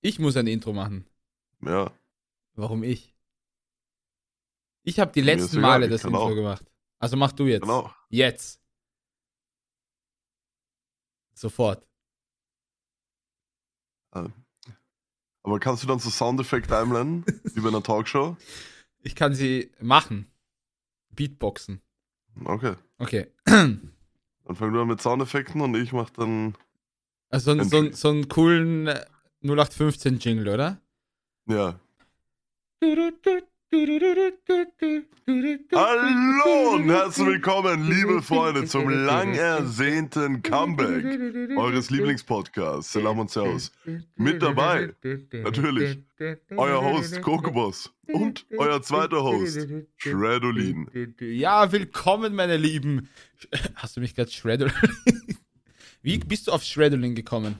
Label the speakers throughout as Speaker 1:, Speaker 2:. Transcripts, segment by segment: Speaker 1: Ich muss ein Intro machen.
Speaker 2: Ja.
Speaker 1: Warum ich? Ich habe die
Speaker 2: Mir ist
Speaker 1: letzten
Speaker 2: egal,
Speaker 1: Male
Speaker 2: ich
Speaker 1: das
Speaker 2: kann
Speaker 1: Intro
Speaker 2: auch.
Speaker 1: gemacht. Also mach du jetzt.
Speaker 2: Genau.
Speaker 1: Jetzt. Sofort.
Speaker 2: Ähm, Aber kannst du dann so Soundeffekte einblenden, wie bei einer Talkshow?
Speaker 1: Ich kann sie machen. Beatboxen.
Speaker 2: Okay.
Speaker 1: Okay.
Speaker 2: Dann fangen wir an mit Soundeffekten und ich mach dann.
Speaker 1: Also so, einen- so, einen-
Speaker 2: Entschuldigung.
Speaker 1: so einen coolen äh, 0815-Jingle, oder?
Speaker 2: Ja. Hallo und herzlich willkommen, liebe Freunde, zum lang ersehnten Comeback eures Lieblingspodcasts. Salam und Servus. Mit dabei, natürlich, Euer Host Kokobos und euer zweiter Host Shredolin.
Speaker 1: Ja, willkommen, meine Lieben. Hast du mich gerade Shredolin? Wie bist du auf Shredolin gekommen?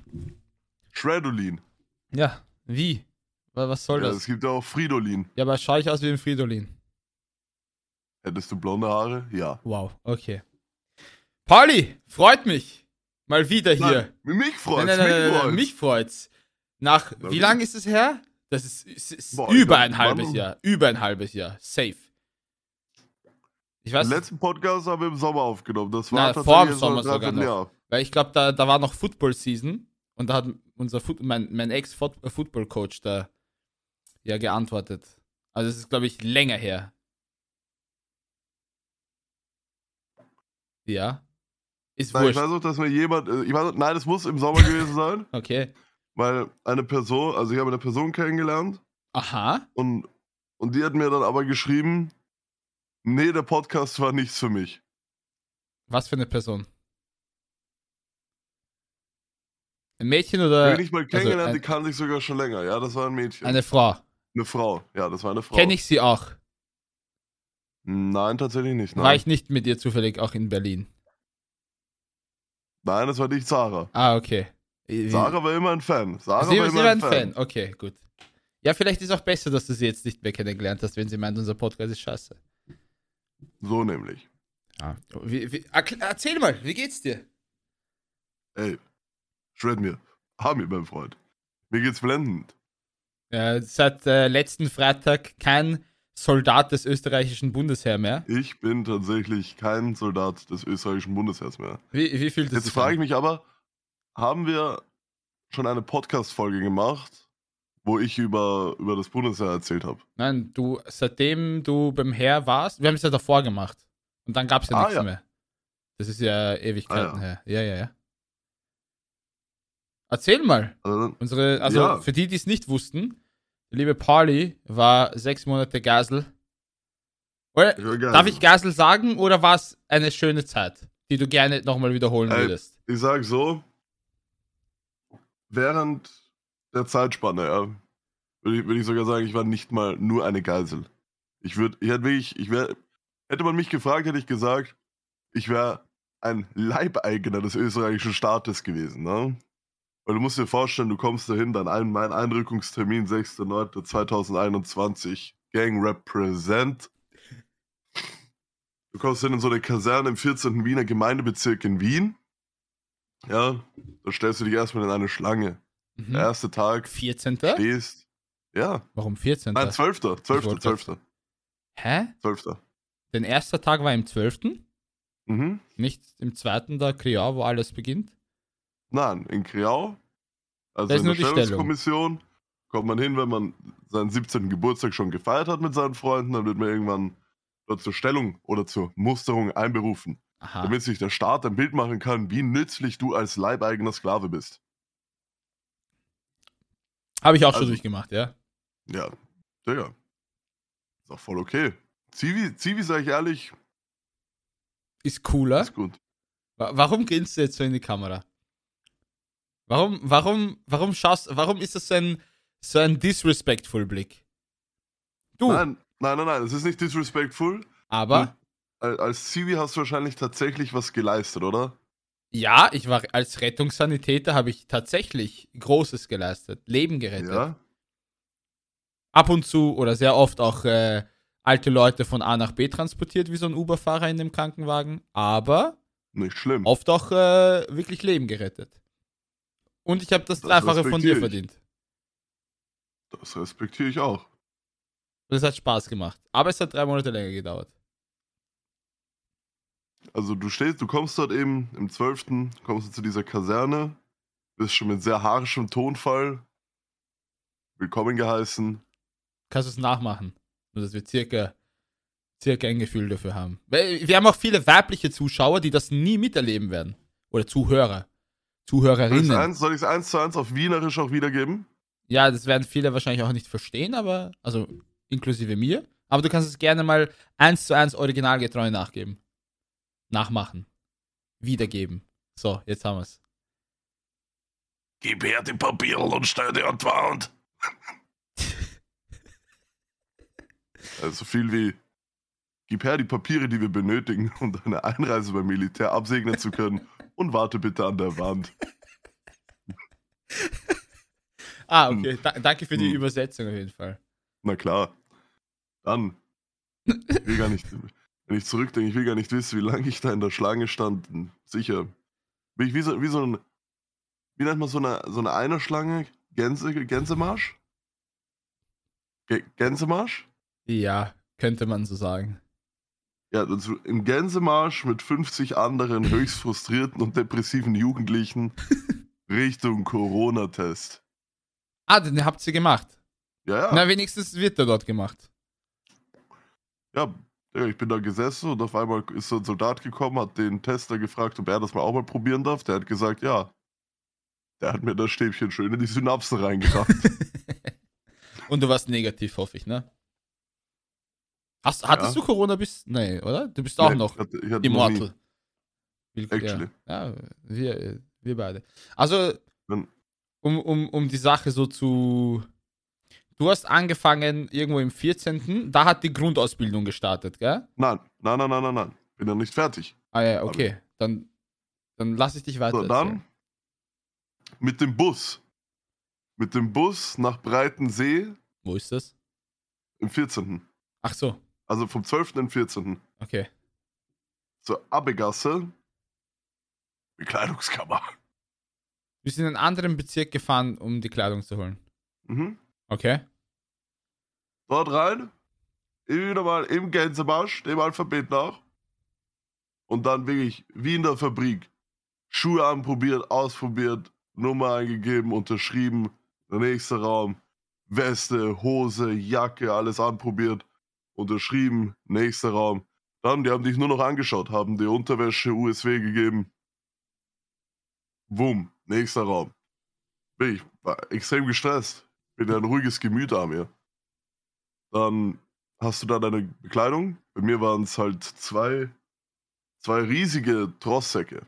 Speaker 2: Shredolin.
Speaker 1: Ja, wie? Wa- Was soll
Speaker 2: Ja,
Speaker 1: das?
Speaker 2: es gibt ja auch Fridolin.
Speaker 1: Ja, aber schaue ich aus wie ein Fridolin.
Speaker 2: Hättest du blonde Haare? Ja.
Speaker 1: Wow, okay. Pauli, freut mich. Mal wieder hier.
Speaker 2: Nein, mich freut's,
Speaker 1: nein, nein, nein,
Speaker 2: mich
Speaker 1: nein,
Speaker 2: freut's.
Speaker 1: nein, mich freut's. Nach
Speaker 2: Na
Speaker 1: wie
Speaker 2: gut.
Speaker 1: lang ist es her? Das ist, ist, ist
Speaker 2: Boah,
Speaker 1: über
Speaker 2: Alter,
Speaker 1: ein halbes
Speaker 2: wann-
Speaker 1: Jahr. Über ein halbes Jahr. Safe. Ich weiß,
Speaker 2: Den letzten Podcast haben wir im Sommer aufgenommen. Das
Speaker 1: Na,
Speaker 2: war
Speaker 1: vor dem
Speaker 2: tatsächlich
Speaker 1: Sommer
Speaker 2: so ein
Speaker 1: sogar noch.
Speaker 2: Dreivierteljahr.
Speaker 1: weil ich glaube, da, da war noch Football Season und da hat unser Foot, mein, mein Ex-Football Coach da ja geantwortet. Also es ist, glaube ich, länger her. Ja. Ist
Speaker 2: Nein, ich
Speaker 1: wurscht.
Speaker 2: weiß auch, dass mir jemand. äh, Ich weiß, auch- nein, es muss im Sommer gewesen sein,
Speaker 1: Okay.
Speaker 2: weil eine Person, also ich habe eine Person kennengelernt
Speaker 1: Aha.
Speaker 2: und, und die hat mir dann aber geschrieben: Nee, der Podcast war nichts für mich.
Speaker 1: Was für eine Person? Ein Mädchen
Speaker 2: Die
Speaker 1: oder
Speaker 2: habe ich nicht mal
Speaker 1: also
Speaker 2: kennengelernt,
Speaker 1: ein-
Speaker 2: die kannte ich sogar schon länger. Ja, das war ein Mädchen. Eine,
Speaker 1: eine Frau?
Speaker 2: Frau. Ja, das war eine Frau.
Speaker 1: Kenne ich sie auch.
Speaker 2: Nein, tatsächlich nicht.
Speaker 1: War
Speaker 2: Nein,
Speaker 1: ich nicht mit ihr zufällig auch in Berlin?
Speaker 2: nein das war nicht Sarah.
Speaker 1: Ah, okay. Wie-
Speaker 2: Sarah war immer ein Fan. Sarah
Speaker 1: sie
Speaker 2: war
Speaker 1: ist
Speaker 2: immer ein
Speaker 1: Fan.
Speaker 2: Fan.
Speaker 1: Fan. Okay, gut. Ja, vielleicht ist auch besser, dass du sie jetzt nicht mehr kennengelernt hast, wenn sie meint, unser Podcast ist scheiße.
Speaker 2: So nämlich.
Speaker 1: Ah. Wie, wie, erkl- erzähl mal, wie geht's dir?
Speaker 2: Ey, shred mir. Hab mir, mein Freund. Mir geht's blendend.
Speaker 1: Ja, seit äh, letzten Freitag kein Soldat des österreichischen Bundesheer mehr.
Speaker 2: Ich bin tatsächlich kein Soldat des österreichischen Bundesheers mehr.
Speaker 1: Wie, wie viel das
Speaker 2: Jetzt frage ich mich aber, haben wir schon eine Podcast-Folge gemacht, wo ich über, über das Bundesheer erzählt habe?
Speaker 1: Nein, du, seitdem du beim Heer warst, wir haben es ja davor gemacht. Und dann gab es ja
Speaker 2: Ah,
Speaker 1: nichts
Speaker 2: ja.
Speaker 1: mehr. Das ist ja Ewigkeiten
Speaker 2: Ah, ja.
Speaker 1: her. Ja, ja, ja. Erzähl mal.
Speaker 2: Also, dann-
Speaker 1: Unsere, also
Speaker 2: Ja.
Speaker 1: für die, die es nicht wussten, die liebe Pauli war sechs Monate Geisel. Oder,
Speaker 2: ich war geil.
Speaker 1: darf ich Geisel sagen oder war es eine schöne Zeit, die du gerne nochmal wiederholen
Speaker 2: Ey.
Speaker 1: würdest?
Speaker 2: Ich sag so, während der Zeitspanne, ja, würde ich, würd ich sogar sagen, ich war nicht mal nur eine Geisel. Ich würde, ich hätte wirklich, ich wäre, hätte man mich gefragt, hätte ich gesagt, ich wäre ein Leibeigener des österreichischen Staates gewesen, ne? Weil du musst dir vorstellen, du kommst dahin, dein Ein mein Einrückungstermin 6.9.2021, Gang Represent. Du kommst hin in so eine Kaserne im 14. Wiener Gemeindebezirk in Wien. Ja, da stellst du dich erstmal in eine Schlange.
Speaker 1: Mhm.
Speaker 2: Der erste Tag
Speaker 1: 14.
Speaker 2: stehst. Ja,
Speaker 1: Warum 14.?
Speaker 2: nein, 12. 12.
Speaker 1: wollte grad-
Speaker 2: 12.
Speaker 1: Hä?
Speaker 2: 12.
Speaker 1: Denn erster Tag war im 12.
Speaker 2: Mhm.
Speaker 1: Nicht im zweiten da Kriau, wo alles beginnt.
Speaker 2: Nein, in Kriau, also
Speaker 1: Da ist
Speaker 2: in der
Speaker 1: nur die Stellung.
Speaker 2: Stellungskommission, kommt man hin, wenn man seinen 17. Geburtstag schon gefeiert hat mit seinen Freunden, dann wird man irgendwann dort zur Stellung oder zur Musterung einberufen,
Speaker 1: Aha.
Speaker 2: damit sich der Staat ein Bild machen kann, wie nützlich du als leibeigener Sklave bist.
Speaker 1: Habe ich auch schon
Speaker 2: Also-
Speaker 1: durchgemacht, ja.
Speaker 2: Ja, Digga. Ist auch voll okay. Zivi, Zivi sag ich ehrlich,
Speaker 1: Ist cooler.
Speaker 2: ist gut.
Speaker 1: Wa- Warum grinst du jetzt so in die Kamera? Warum, warum, warum schaust, warum ist das so ein, so ein disrespectful Blick? Du,
Speaker 2: Nein, Hm. nein, nein, nein, es ist nicht disrespectful.
Speaker 1: aber,
Speaker 2: Al- Als Zivi hast du wahrscheinlich tatsächlich was geleistet, oder?
Speaker 1: ja, ich war, als Rettungssanitäter habe ich tatsächlich Großes geleistet, Leben gerettet.
Speaker 2: Ja.
Speaker 1: Ab und zu oder sehr oft auch äh, alte Leute von A nach B transportiert, wie so ein Uber-Fahrer in dem Krankenwagen, aber
Speaker 2: Nicht schlimm.
Speaker 1: oft auch äh, wirklich Leben gerettet. Und ich habe das
Speaker 2: Das
Speaker 1: Dreifache von
Speaker 2: respektiere
Speaker 1: dir
Speaker 2: ich.
Speaker 1: verdient.
Speaker 2: Das respektiere ich auch.
Speaker 1: Und es hat Spaß gemacht. Aber es hat drei Monate länger gedauert.
Speaker 2: Also du stehst, du kommst dort eben im 12. kommst du zu dieser Kaserne, wirst schon mit sehr harschem Tonfall willkommen geheißen.
Speaker 1: Kannst du es nachmachen? Nur, dass wir circa, circa ein Gefühl dafür haben. Weil wir haben auch viele weibliche Zuschauer, die das nie miterleben werden. Oder Zuhörer.
Speaker 2: Soll ich es
Speaker 1: Zuhörerinnen.
Speaker 2: eins, soll ich's eins zu eins auf Wienerisch auch wiedergeben?
Speaker 1: Ja, das werden viele wahrscheinlich auch nicht verstehen, aber, also inklusive mir. Aber du kannst es gerne mal eins zu eins originalgetreu nachgeben. Nachmachen. Wiedergeben. So, jetzt haben wir es.
Speaker 2: Gib her die Papiere und stell die an die Wand. Also so viel wie, gib her die Papiere, die wir benötigen, um deine Einreise beim Militär absegnen zu können und warte bitte an der Wand.
Speaker 1: Ah, okay. Da, danke für die
Speaker 2: Hm.
Speaker 1: Übersetzung auf jeden Fall.
Speaker 2: Na klar. Dann. Ich will gar nicht, wenn ich zurückdenke, ich will gar nicht wissen, wie lange ich da in der Schlange stand. Sicher. Bin ich wie so, wie so ein, wie nennt man so eine, so eine Einerschlange? Gänse, Gänsemarsch? Gä- Gänsemarsch?
Speaker 1: Ja, könnte man so sagen.
Speaker 2: Ja, das, im Gänsemarsch mit 50 anderen höchst frustrierten und depressiven Jugendlichen Richtung Corona-Test.
Speaker 1: Ah, den habt ihr gemacht.
Speaker 2: Ja, ja.
Speaker 1: Na, wenigstens wird er dort gemacht.
Speaker 2: Ja, Digga, ich bin da gesessen und auf einmal ist so ein Soldat gekommen, hat den Tester gefragt, ob er das mal auch mal probieren darf. Der hat gesagt, ja. Der hat mir das Stäbchen schön in die Synapsen reingebracht.
Speaker 1: Und du warst negativ, hoffe ich, ne? Hast, hattest
Speaker 2: Ja.
Speaker 1: du Corona bis. Nee, oder? Du bist auch noch
Speaker 2: Ich hatte, ich hatte noch nie.
Speaker 1: immortal. Will-
Speaker 2: Actually.
Speaker 1: Ja, ja wir, wir beide. Also,
Speaker 2: Dann-
Speaker 1: um, um, um die Sache so zu. Du hast angefangen irgendwo im 14. Da hat die Grundausbildung gestartet, gell?
Speaker 2: Nein, nein, nein, nein, nein, nein. Bin noch nicht fertig.
Speaker 1: Ah ja, okay. Dann, dann lass ich dich weiter.
Speaker 2: So, dann mit dem Bus. Mit dem Bus nach Breitensee
Speaker 1: Wo ist das?
Speaker 2: im 14.
Speaker 1: Ach so,
Speaker 2: Also vom 12. im 14.
Speaker 1: okay.
Speaker 2: zur Abbegasse. Bekleidungskammer.
Speaker 1: Wir sind in einen anderen Bezirk gefahren, um die Kleidung zu holen.
Speaker 2: Mhm.
Speaker 1: Okay.
Speaker 2: dort rein, immer wieder mal im Gänsemarsch, dem Alphabet nach. Und dann wirklich wie in der Fabrik. Schuhe anprobiert, ausprobiert, Nummer eingegeben, unterschrieben. Der nächste Raum, Weste, Hose, Jacke, alles anprobiert, unterschrieben, nächster Raum. Dann, die haben dich nur noch angeschaut, haben dir Unterwäsche, USW gegeben. Wumm, nächster Raum. Bin ich war extrem gestresst. Bin ein ruhiges Gemüt an mir. Dann hast du da deine Bekleidung. Bei mir waren es halt zwei, zwei riesige Trosssäcke.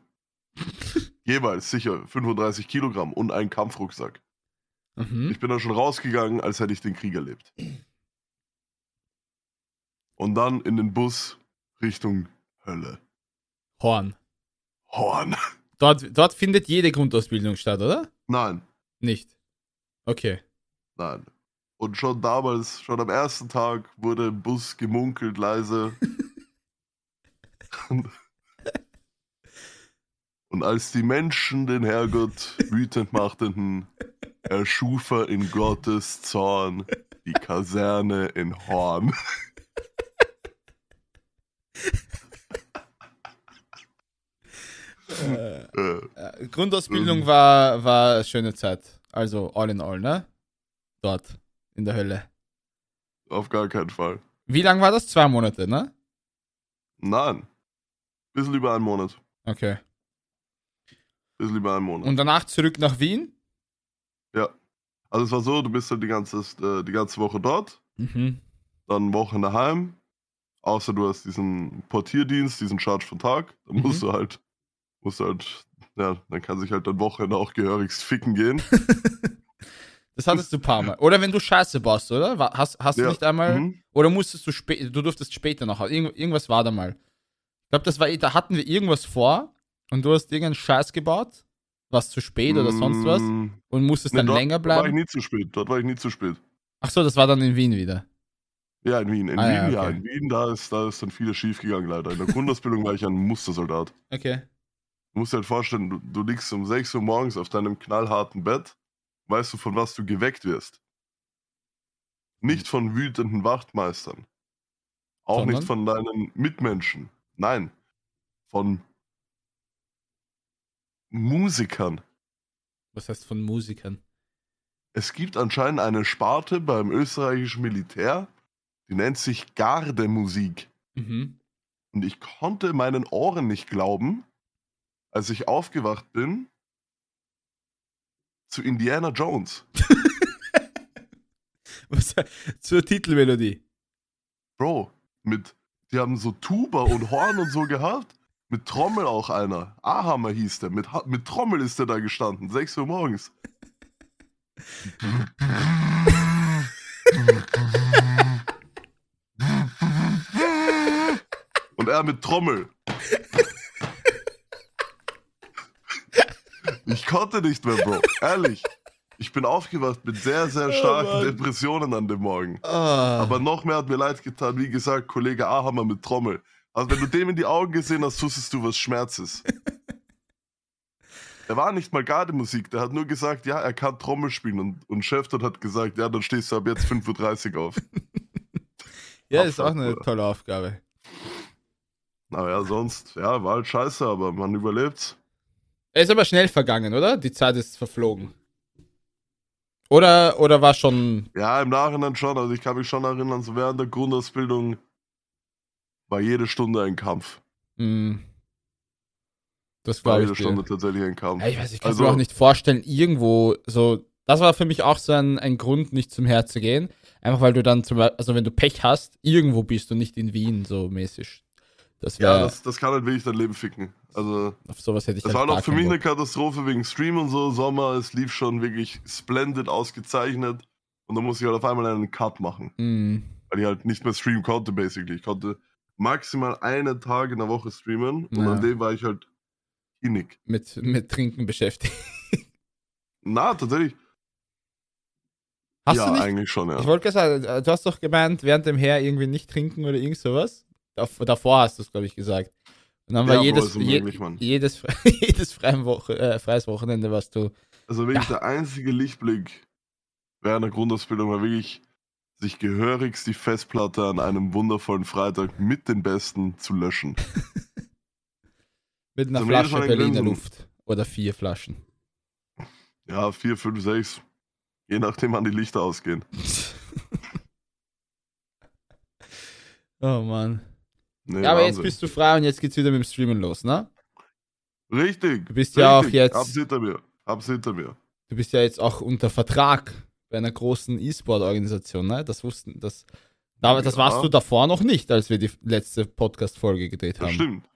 Speaker 2: Jeweils sicher 35 Kilogramm und ein Kampfrucksack.
Speaker 1: Mhm.
Speaker 2: Ich bin da schon rausgegangen, als hätte ich den Krieg erlebt. Und dann in den Bus Richtung Hölle.
Speaker 1: Horn.
Speaker 2: Horn.
Speaker 1: Dort, dort findet jede Grundausbildung statt, oder?
Speaker 2: Nein,
Speaker 1: Nicht. Okay.
Speaker 2: Nein. Und schon damals, schon am ersten Tag, wurde im Bus gemunkelt leise. Und als die Menschen den Herrgott wütend machten, erschuf er in Gottes Zorn die Kaserne in Horn.
Speaker 1: Äh,
Speaker 2: Äh,
Speaker 1: äh, Grundausbildung war, war eine schöne Zeit. Also all in all, ne? Dort. In der Hölle.
Speaker 2: auf gar keinen Fall.
Speaker 1: Wie lang war das? Zwei Monate, ne?
Speaker 2: Nein. Bisschen über einen Monat.
Speaker 1: Okay.
Speaker 2: Bisschen über einen Monat.
Speaker 1: Und danach zurück nach Wien?
Speaker 2: Also es war so, du bist halt die ganze, äh, die ganze Woche dort.
Speaker 1: Mhm.
Speaker 2: dann Woche daheim. Außer du hast diesen Portierdienst, diesen Charge von Tag. Dann
Speaker 1: Mhm.
Speaker 2: musst du halt, musst du halt, ja, dann kann sich halt dein Wochenende auch gehörigst ficken gehen.
Speaker 1: Das hattest du ein paar Mal. Oder wenn du Scheiße baust, oder? Wa- Hast, hast du
Speaker 2: Ja.
Speaker 1: nicht einmal.
Speaker 2: Mhm.
Speaker 1: Oder musstest du später, du durftest später noch, irgend, irgendwas war da mal. Ich glaube, das war, eh- da hatten wir irgendwas vor und du hast irgendeinen Scheiß gebaut, was zu spät oder sonst was
Speaker 2: Mm,
Speaker 1: und musstest
Speaker 2: nee,
Speaker 1: dann
Speaker 2: dort-
Speaker 1: länger
Speaker 2: Dort war ich
Speaker 1: bleiben.
Speaker 2: nie zu spät. Dort war ich nie zu spät.
Speaker 1: Ach so, das war dann in Wien wieder.
Speaker 2: Ja, in Wien. In
Speaker 1: Ah,
Speaker 2: Wien,
Speaker 1: ja,
Speaker 2: ja,
Speaker 1: okay.
Speaker 2: in Wien, da ist, da ist dann vieles schiefgegangen, leider. In der Grundausbildung war ich ein Mustersoldat.
Speaker 1: Okay.
Speaker 2: Du musst dir halt vorstellen, du, du liegst um 6 Uhr morgens auf deinem knallharten Bett. Weißt du, von was du geweckt wirst? Nicht von wütenden Wachtmeistern. Auch
Speaker 1: Sondern?
Speaker 2: nicht von deinen Mitmenschen. Nein. Von Musikern.
Speaker 1: Was heißt von Musikern?
Speaker 2: Es gibt anscheinend eine Sparte beim österreichischen Militär, die nennt sich Gardemusik.
Speaker 1: Mhm.
Speaker 2: Und ich konnte meinen Ohren nicht glauben, als ich aufgewacht bin zu Indiana Jones.
Speaker 1: Was, zur Titelmelodie.
Speaker 2: Bro, mit, die haben so Tuba und Horn und so gehabt. Mit Trommel auch einer. Ahammer hieß der. Mit, Ha- mit Trommel ist der da gestanden. 6 Uhr morgens. Und er mit Trommel. Ich konnte nicht mehr, Bro. Ehrlich. Ich bin aufgewacht mit sehr, sehr starken
Speaker 1: Mann.
Speaker 2: Depressionen an dem Morgen.
Speaker 1: Ah.
Speaker 2: Aber noch mehr hat mir leid getan, wie gesagt, Kollege Ahammer mit Trommel. Also wenn du dem in die Augen gesehen hast, wusstest du, was Schmerz ist. Er war nicht mal Gardemusik, der hat nur gesagt, ja, er kann Trommel spielen. Und, und Schäfter hat gesagt, ja, dann stehst du ab jetzt 5.30 Uhr auf.
Speaker 1: ja, ist auch
Speaker 2: Abfuck,
Speaker 1: eine
Speaker 2: Bruder.
Speaker 1: tolle Aufgabe.
Speaker 2: Naja, sonst, ja, war halt scheiße, aber man überlebt's.
Speaker 1: Er ist aber schnell vergangen, oder? Die Zeit ist verflogen. Oder, oder war schon.
Speaker 2: Ja, im Nachhinein schon, also ich kann mich schon erinnern, so während der Grundausbildung war jede Stunde ein Kampf.
Speaker 1: Mh, mm, das
Speaker 2: War
Speaker 1: glaube
Speaker 2: jede
Speaker 1: ich. Dir.
Speaker 2: Stunde tatsächlich ein Kampf.
Speaker 1: Ja, ich weiß, ich kann es mir
Speaker 2: Also-
Speaker 1: auch nicht vorstellen, irgendwo so. Das war für mich auch so ein, ein Grund, nicht zum Herd zu gehen. Einfach weil du dann zum Beispiel, also wenn du Pech hast, irgendwo bist du nicht in Wien, so mäßig. Das
Speaker 2: Ja,
Speaker 1: wäre,
Speaker 2: das, das kann halt wirklich dein Leben ficken. Also,
Speaker 1: auf sowas hätte ich
Speaker 2: Es
Speaker 1: halt
Speaker 2: war
Speaker 1: gar
Speaker 2: doch für
Speaker 1: keinen
Speaker 2: mich eine
Speaker 1: Bock.
Speaker 2: Katastrophe wegen Stream und so. Sommer, es lief schon wirklich splendid ausgezeichnet. Und dann musste ich halt auf einmal einen Cut machen,
Speaker 1: Mhm.
Speaker 2: weil ich halt nicht mehr streamen konnte, basically. Ich konnte maximal einen Tag in der Woche streamen und
Speaker 1: Ja.
Speaker 2: an dem war ich halt innig.
Speaker 1: mit, mit Trinken beschäftigt.
Speaker 2: Na, tatsächlich.
Speaker 1: Hast
Speaker 2: ja,
Speaker 1: du nicht?
Speaker 2: eigentlich schon, ja.
Speaker 1: Ich wollte gerade sagen, äh, du hast doch gemeint, während dem Herr irgendwie nicht trinken oder irgend sowas. Dav- Davor hast du es, glaube ich, gesagt. Und dann war
Speaker 2: Ja, wo
Speaker 1: jedes,
Speaker 2: ist
Speaker 1: je,
Speaker 2: unmöglich, Mann.
Speaker 1: jedes, jedes freie Woche, äh, freies Wochenende warst du.
Speaker 2: Also wirklich der einzige Lichtblick während der Grundausbildung war wirklich, sich gehörigst die Festplatte an einem wundervollen Freitag mit den Besten zu löschen.
Speaker 1: Mit einer
Speaker 2: Zum jedes
Speaker 1: Flasche
Speaker 2: Mal ein
Speaker 1: Berliner
Speaker 2: Grinsen.
Speaker 1: Luft. Oder vier Flaschen.
Speaker 2: Ja, vier, fünf, sechs. Je nachdem, wann die Lichter ausgehen.
Speaker 1: oh Mann.
Speaker 2: Nee,
Speaker 1: ja, aber jetzt
Speaker 2: Wahnsinn.
Speaker 1: bist du frei und jetzt geht's wieder mit dem Streamen los, ne?
Speaker 2: Richtig.
Speaker 1: Du bist ja auch jetzt-
Speaker 2: Hab's hinter mir. Hab's hinter mir.
Speaker 1: Du bist ja jetzt auch unter Vertrag bei einer großen E-Sport-Organisation, ne? Das wussten, das, da, das
Speaker 2: Ja.
Speaker 1: warst du davor noch nicht, als wir die letzte Podcast-Folge gedreht
Speaker 2: Das
Speaker 1: haben.
Speaker 2: stimmt.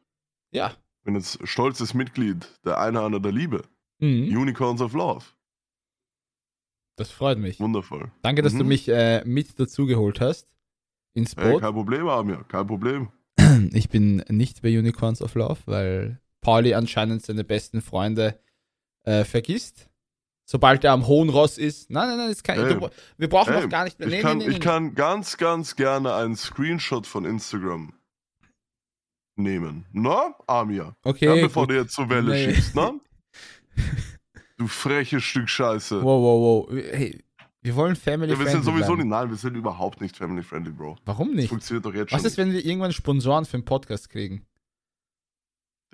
Speaker 1: Ja.
Speaker 2: Bin jetzt stolzes Mitglied der Einhörner der Liebe.
Speaker 1: Mhm.
Speaker 2: Unicorns of Love.
Speaker 1: Das freut mich.
Speaker 2: Wundervoll.
Speaker 1: Danke, dass du
Speaker 2: Mhm.
Speaker 1: mich äh, mit dazugeholt hast ins
Speaker 2: Ey,
Speaker 1: Boot.
Speaker 2: kein Problem, Amir. Kein Problem.
Speaker 1: Ich bin nicht bei Unicorns of Love, weil Pauli anscheinend seine besten Freunde äh, vergisst. Sobald er am hohen Ross ist. Nein, nein, nein, das kann,
Speaker 2: Ey.
Speaker 1: du, wir brauchen
Speaker 2: Ey,
Speaker 1: auch gar nicht mehr.
Speaker 2: ich
Speaker 1: Nee,
Speaker 2: kann,
Speaker 1: nee, nee,
Speaker 2: ich
Speaker 1: nee.
Speaker 2: kann ganz, ganz gerne einen Screenshot von Instagram nehmen. Na, Amir? ja,
Speaker 1: Okay.
Speaker 2: bevor
Speaker 1: gut.
Speaker 2: du jetzt zur Welle
Speaker 1: Nee.
Speaker 2: schiebst, ne? Du freches Stück Scheiße.
Speaker 1: Wow, wow, wow. Hey, wir wollen Family
Speaker 2: Ja, wir sind
Speaker 1: friendly
Speaker 2: sowieso
Speaker 1: bleiben.
Speaker 2: nicht, nein, wir sind überhaupt nicht family friendly, Bro.
Speaker 1: Warum
Speaker 2: Das
Speaker 1: nicht?
Speaker 2: funktioniert doch jetzt schon.
Speaker 1: Was ist, wenn wir irgendwann Sponsoren für den Podcast kriegen?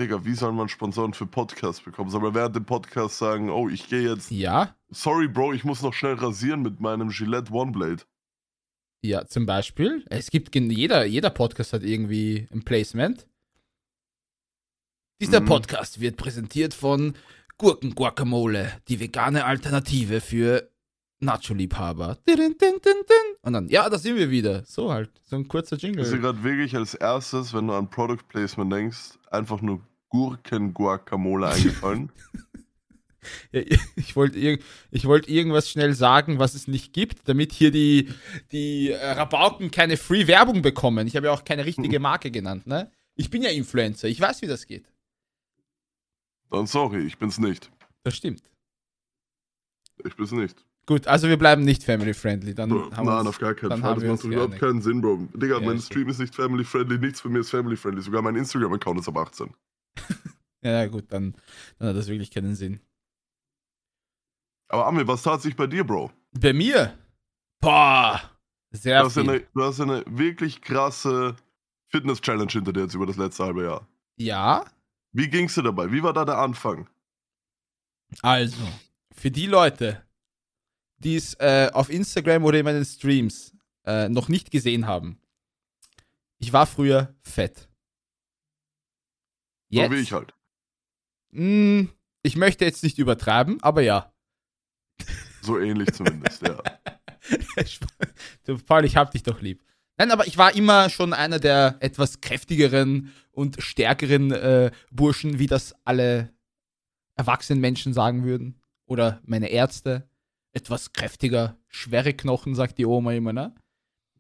Speaker 2: Digga, wie soll man Sponsoren für Podcasts bekommen? Soll man während dem Podcast sagen, oh, ich gehe jetzt.
Speaker 1: Ja,
Speaker 2: Sorry, Bro, ich muss noch schnell rasieren mit meinem Gillette One Blade.
Speaker 1: ja, zum Beispiel. Es gibt gen- jeder, jeder Podcast hat irgendwie ein Placement. Dieser
Speaker 2: Mhm.
Speaker 1: Podcast wird präsentiert von Gurken-Guacamole, die vegane Alternative für Nacho-Liebhaber. Dirin, din, din, din. Und dann, ja, da sind wir wieder. So halt, so ein kurzer Jingle.
Speaker 2: Ist dir gerade wirklich als erstes, wenn du an Product Placement denkst, einfach nur Gurken-Guacamole eingefallen?
Speaker 1: Ja, ich wollte irg ich wollte irgendwas schnell sagen, was es nicht gibt, damit hier die, die äh, Rabauken keine Free-Werbung bekommen. Ich habe ja auch keine richtige Marke genannt, ne? Ich bin ja Influencer, ich weiß, wie das geht.
Speaker 2: Dann sorry, ich bin's nicht.
Speaker 1: Das stimmt.
Speaker 2: Ich bin's nicht.
Speaker 1: Gut, also wir bleiben nicht family-friendly. Dann
Speaker 2: Bro,
Speaker 1: Hm, haben wir
Speaker 2: nein,
Speaker 1: uns-
Speaker 2: auf gar keinen
Speaker 1: dann
Speaker 2: Fall.
Speaker 1: haben
Speaker 2: Das
Speaker 1: wir
Speaker 2: macht doch
Speaker 1: uns
Speaker 2: überhaupt
Speaker 1: geeinigt.
Speaker 2: keinen Sinn, Bro. Digga,
Speaker 1: Ja,
Speaker 2: mein
Speaker 1: ist so.
Speaker 2: Stream ist nicht family friendly, nichts von mir ist family friendly. Sogar mein Instagram-Account ist ab 18.
Speaker 1: Ja, ja, gut, dann, dann hat das wirklich keinen Sinn.
Speaker 2: Aber Amir, was tat sich bei dir, Bro?
Speaker 1: Bei mir? Boah!
Speaker 2: Du
Speaker 1: Sehr
Speaker 2: hast, ja
Speaker 1: viel.
Speaker 2: eine, du hast ja eine wirklich krasse Fitness-Challenge hinter dir jetzt über das letzte halbe Jahr.
Speaker 1: Ja,
Speaker 2: Wie ging's dir dabei? Wie war da der Anfang?
Speaker 1: also, für die Leute, die es äh, auf Instagram oder in meinen Streams äh, noch nicht gesehen haben, ich war früher fett.
Speaker 2: So wie ich halt.
Speaker 1: Mm, ich möchte jetzt nicht übertreiben, aber ja.
Speaker 2: So ähnlich zumindest, ja.
Speaker 1: du, Paul, ich hab dich doch lieb. Nein, aber ich war immer schon einer der etwas kräftigeren und stärkeren äh, Burschen, wie das alle erwachsenen Menschen sagen würden. Oder meine Ärzte. Etwas kräftiger, schwere Knochen, sagt die Oma immer, ne?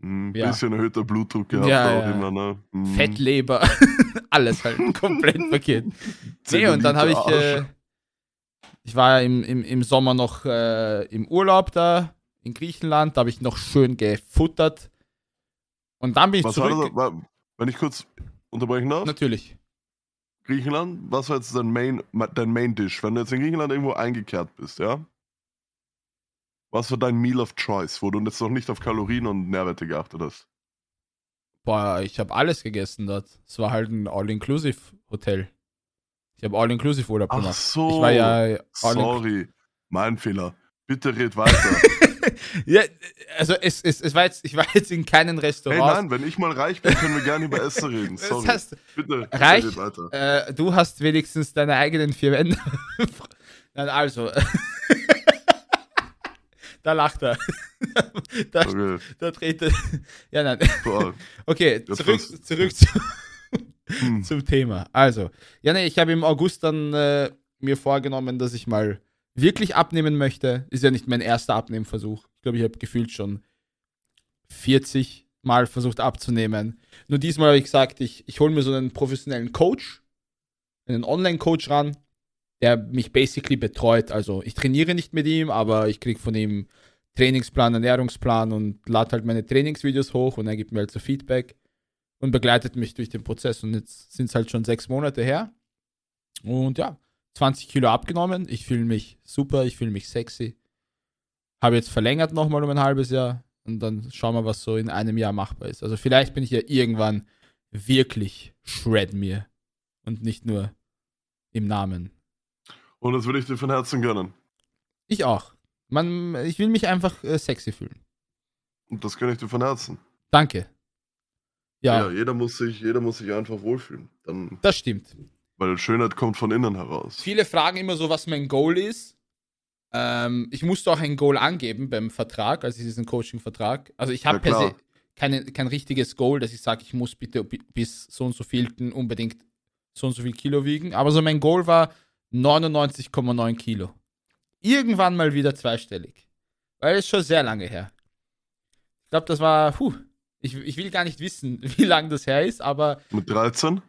Speaker 2: Ein
Speaker 1: Ja.
Speaker 2: Hm, bisschen erhöhter Blutdruck gehabt
Speaker 1: Ja,
Speaker 2: auch
Speaker 1: ja.
Speaker 2: immer, ne? Mhm.
Speaker 1: Fettleber, alles halt komplett verkehrt. Nee, und dann habe ich, äh,
Speaker 2: Zellulite,
Speaker 1: ich war ja im, im, im Sommer noch äh, im Urlaub da in Griechenland, da habe ich noch schön gefuttert. Und dann bin ich
Speaker 2: Was war das?
Speaker 1: zurück.
Speaker 2: War, wenn ich kurz unterbrechen darf,
Speaker 1: Natürlich.
Speaker 2: Griechenland, was war jetzt dein Main, dein Main Dish? Wenn du jetzt in Griechenland irgendwo eingekehrt bist, ja? Was war dein Meal of Choice, wo du jetzt noch nicht auf Kalorien und Nährwerte geachtet hast?
Speaker 1: Boah, ich habe alles gegessen dort. Es war halt ein All-Inclusive-Hotel. Ich habe All-Inclusive-Urlaub
Speaker 2: Ach
Speaker 1: gemacht.
Speaker 2: so.
Speaker 1: Ich war ja all
Speaker 2: Sorry, mein Fehler. Bitte red weiter.
Speaker 1: ja, also es, es, es war jetzt, ich war jetzt in keinen
Speaker 2: hey,
Speaker 1: Restaurant.
Speaker 2: nein, wenn ich mal reich bin, können wir gerne über Essen reden.
Speaker 1: das
Speaker 2: Sorry.
Speaker 1: heißt,
Speaker 2: bitte, bitte
Speaker 1: reich-
Speaker 2: red weiter.
Speaker 1: Äh, du hast wenigstens deine eigenen vier Wände. Nein, also. da lacht er. da,
Speaker 2: Okay, ah,
Speaker 1: da dreht er. Ja, nein.
Speaker 2: boah.
Speaker 1: Okay,
Speaker 2: Das
Speaker 1: zurück,
Speaker 2: war's.
Speaker 1: zurück zu,
Speaker 2: Hm.
Speaker 1: zum Thema. Also, ja, nee, ich habe im August dann äh, mir vorgenommen, dass ich mal wirklich abnehmen möchte. Ist ja nicht mein erster Abnehmversuch. Ich glaube, ich habe gefühlt schon 40 Mal versucht abzunehmen. Nur diesmal habe ich gesagt, ich, ich hole mir so einen professionellen Coach, einen Online-Coach ran, der mich basically betreut. Also ich trainiere nicht mit ihm, aber ich kriege von ihm Trainingsplan, Ernährungsplan und lade halt meine Trainingsvideos hoch und er gibt mir halt so Feedback und begleitet mich durch den Prozess. Und jetzt sind es halt schon sechs Monate her. Und ja, 20 Kilo abgenommen. Ich fühle mich super, ich fühle mich sexy. Habe jetzt verlängert nochmal um ein halbes Jahr. Und dann schauen wir, was so in einem Jahr machbar ist. Also vielleicht bin ich ja irgendwann wirklich Shred mir. Und nicht nur im Namen.
Speaker 2: Und das würde ich dir von Herzen gönnen.
Speaker 1: Ich auch. Man, ich will mich einfach äh, sexy fühlen.
Speaker 2: Und das gönne ich dir von Herzen.
Speaker 1: Danke. Ja,
Speaker 2: Ja, jeder muss sich, jeder muss sich einfach wohlfühlen. Dann,
Speaker 1: das stimmt.
Speaker 2: weil Schönheit kommt von innen heraus.
Speaker 1: Viele fragen immer so, was mein Goal ist. Ähm, ich musste auch ein Goal angeben beim Vertrag, also diesen Coaching-Vertrag. Also ich habe
Speaker 2: Ja,
Speaker 1: per
Speaker 2: klar.
Speaker 1: se keine, kein richtiges Goal, dass ich sage, ich muss bitte bi- bis so und so vielten unbedingt so und so viel Kilo wiegen. Aber so mein Goal war 99,9 Kilo. Irgendwann mal wieder zweistellig. Weil es ist schon sehr lange her. Ich glaube, das war, puh, ich, ich will gar nicht wissen, wie lange das her ist, aber
Speaker 2: Mit 13?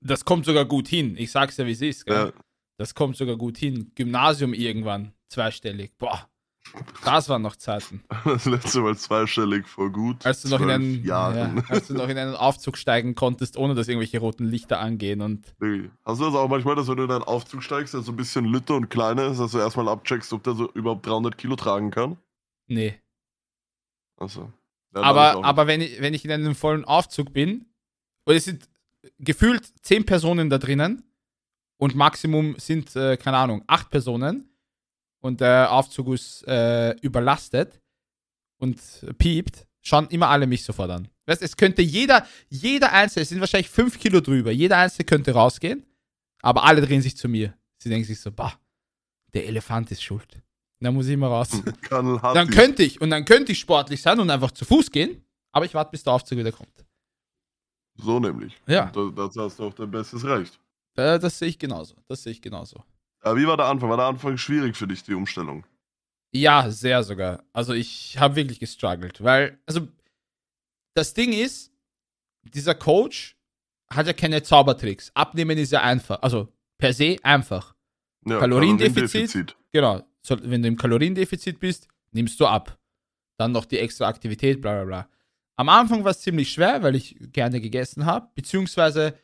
Speaker 1: das kommt sogar gut hin. Ich sag's ja, wie es ist. Gell?
Speaker 2: Ja.
Speaker 1: Das kommt sogar gut hin. Gymnasium irgendwann, zweistellig. Boah, das waren noch Zeiten.
Speaker 2: Das letzte Mal zweistellig vor gut.
Speaker 1: Als du noch, in
Speaker 2: zwölf
Speaker 1: einen,
Speaker 2: Jahren.
Speaker 1: ja, als du noch in einen Aufzug steigen konntest, ohne dass irgendwelche roten Lichter angehen. Und
Speaker 2: Nee. Hast du das auch manchmal, dass wenn du in einen Aufzug steigst, der so ein bisschen lütter und kleiner ist, dass du erstmal abcheckst, ob der so überhaupt 300 Kilo tragen kann?
Speaker 1: nee.
Speaker 2: Also. Ja, mach ich auch
Speaker 1: aber
Speaker 2: nicht.
Speaker 1: aber wenn, ich, wenn ich in einem vollen Aufzug bin, und es sind gefühlt zehn Personen da drinnen und Maximum sind, äh, keine Ahnung, acht Personen und der Aufzug ist äh, überlastet und piept, schauen immer alle mich sofort an. Weißt, es könnte jeder, jeder Einzelne, es sind wahrscheinlich fünf Kilo drüber, jeder Einzelne könnte rausgehen, aber alle drehen sich zu mir. Sie denken sich so, bah, der Elefant ist schuld. Da muss ich immer raus.
Speaker 2: Kann hat
Speaker 1: Dann
Speaker 2: die-
Speaker 1: könnte ich und dann könnte ich sportlich sein und einfach zu Fuß gehen, aber ich warte, bis der Aufzug wieder kommt.
Speaker 2: So nämlich.
Speaker 1: Ja,
Speaker 2: Da, dazu hast du auch dein bestes Recht.
Speaker 1: äh, das sehe ich genauso. Das sehe ich genauso.
Speaker 2: Aber wie war der Anfang? War der Anfang schwierig für dich, die Umstellung?
Speaker 1: Ja, sehr sogar. Also ich habe wirklich gestruggelt, weil, also das Ding ist, dieser Coach hat ja keine Zaubertricks. Abnehmen ist ja einfach, also per se einfach.
Speaker 2: Ja,
Speaker 1: Kaloriendefizit?
Speaker 2: Kaloriendefizit.
Speaker 1: Genau. So, wenn du im Kaloriendefizit bist, nimmst du ab. Dann noch die extra Aktivität, bla bla bla. Am Anfang war es ziemlich schwer, weil ich gerne gegessen habe. Beziehungsweise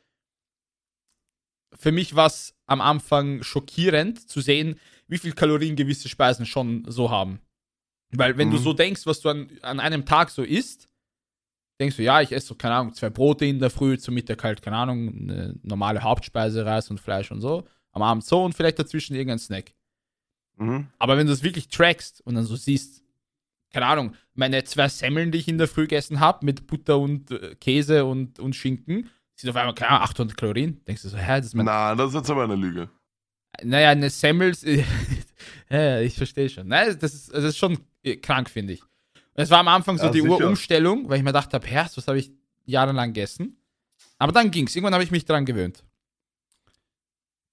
Speaker 1: für mich war es am Anfang schockierend zu sehen, wie viel Kalorien gewisse Speisen schon so haben. Weil wenn du
Speaker 2: Mhm.
Speaker 1: so denkst, was du an, an einem Tag so isst, denkst du, ja, ich esse so, keine Ahnung, zwei Brote in der Früh, zum Mittag halt, keine Ahnung, eine normale Hauptspeise, Reis und Fleisch und so, am Abend so und vielleicht dazwischen irgendein Snack.
Speaker 2: Mhm.
Speaker 1: Aber wenn du es wirklich trackst und dann so siehst, keine Ahnung, meine zwei Semmeln, die ich in der Früh gegessen habe, mit Butter und äh, Käse und, und Schinken, sind auf einmal, keine Ahnung, 800 Kalorien. Denkst du so, hä, das ist mein
Speaker 2: Na, das ist jetzt aber eine Lüge.
Speaker 1: naja, eine Semmels. ja, ja, ich verstehe schon. Nein, das ist, das ist schon äh, krank, finde ich. Es war am Anfang so
Speaker 2: Ja,
Speaker 1: die
Speaker 2: sicher.
Speaker 1: Urumstellung, weil ich mir gedacht habe, Herz, was habe ich jahrelang gegessen? Aber dann ging's. Irgendwann habe ich mich daran gewöhnt.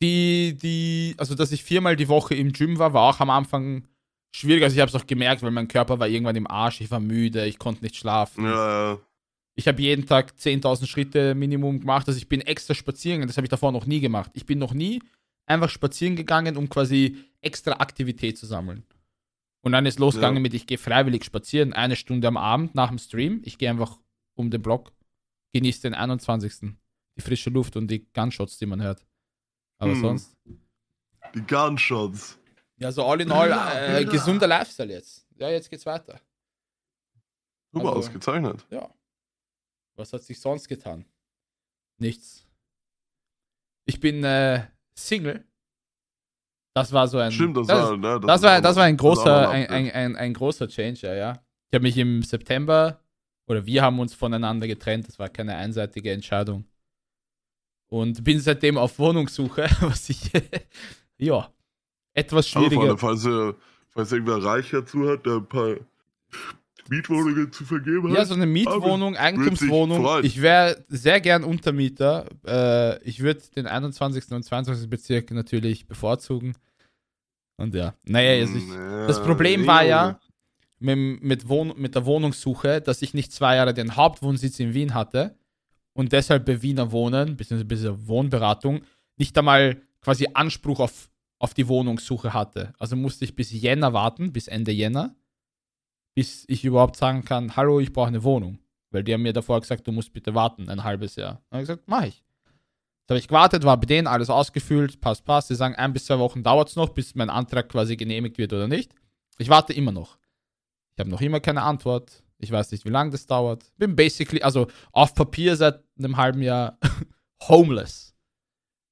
Speaker 1: Die, die, also dass ich viermal die Woche im Gym war, war auch am Anfang schwierig. Also ich habe es auch gemerkt, weil mein Körper war irgendwann im Arsch. Ich war müde, ich konnte nicht schlafen.
Speaker 2: Ja, ja.
Speaker 1: Ich habe jeden Tag 10.000 Schritte Minimum gemacht. Also ich bin extra spazieren gegangen. Das habe ich davor noch nie gemacht. Ich bin noch nie einfach spazieren gegangen, um quasi extra Aktivität zu sammeln. Und dann ist losgegangen
Speaker 2: Ja.
Speaker 1: mit, ich gehe freiwillig spazieren, eine Stunde am Abend nach dem Stream. Ich gehe einfach um den Block, genieße den 21. Die frische Luft und die Gunshots, die man hört. Aber
Speaker 2: Hm.
Speaker 1: sonst.
Speaker 2: Die Gunshots.
Speaker 1: Ja, so all in all,
Speaker 2: Ja,
Speaker 1: äh,
Speaker 2: ja.
Speaker 1: gesunder Lifestyle jetzt. Ja, jetzt geht's weiter.
Speaker 2: Super
Speaker 1: Also-
Speaker 2: ausgezeichnet.
Speaker 1: Ja. Was hat sich sonst getan? Nichts. Ich bin äh, Single. Das war so ein.
Speaker 2: Stimmt, das, war,
Speaker 1: das, war,
Speaker 2: ne,
Speaker 1: das war ein
Speaker 2: das war also
Speaker 1: großer,
Speaker 2: auch
Speaker 1: ein,
Speaker 2: ein
Speaker 1: ein, ein, ein großer Changer, ja. Ich habe mich im September oder wir haben uns voneinander getrennt. Das war keine einseitige Entscheidung. Und bin seitdem auf Wohnungssuche, was ich ja etwas
Speaker 2: Also,
Speaker 1: schwieriger.
Speaker 2: Freunde, falls, ihr, falls irgendwer reicher zuhört, der ein paar Mietwohnungen zu vergeben hat.
Speaker 1: Ja, so eine Mietwohnung,
Speaker 2: würde
Speaker 1: Eigentumswohnung.
Speaker 2: sich
Speaker 1: Ich wäre sehr gern Untermieter. Äh, ich würde den 21. und 22. Bezirk natürlich bevorzugen. Und ja, naja, also ich,
Speaker 2: Ja,
Speaker 1: das Problem
Speaker 2: Hm, nee,
Speaker 1: war
Speaker 2: Junge.
Speaker 1: ja also mit, mit, Wohn mit der Wohnungssuche, dass ich nicht zwei Jahre den Hauptwohnsitz in Wien hatte und deshalb bei Wiener Wohnen, beziehungsweise bei dieser Wohnberatung, nicht einmal quasi Anspruch auf, auf die Wohnungssuche hatte. Also musste ich bis Jänner warten, bis Ende Jänner, bis ich überhaupt sagen kann, hallo, ich brauche eine Wohnung. Weil die haben mir davor gesagt, du musst bitte warten, ein halbes Jahr. Dann habe ich gesagt, mach ich. Jetzt habe ich gewartet, war bei denen alles ausgefüllt, passt, passt. Sie sagen, ein bis zwei Wochen dauert es noch, bis mein Antrag quasi genehmigt wird oder nicht. Ich warte immer noch. Ich habe noch immer keine Antwort. Ich weiß nicht, wie lange das dauert. Bin basically, also auf Papier seit einem halben Jahr homeless.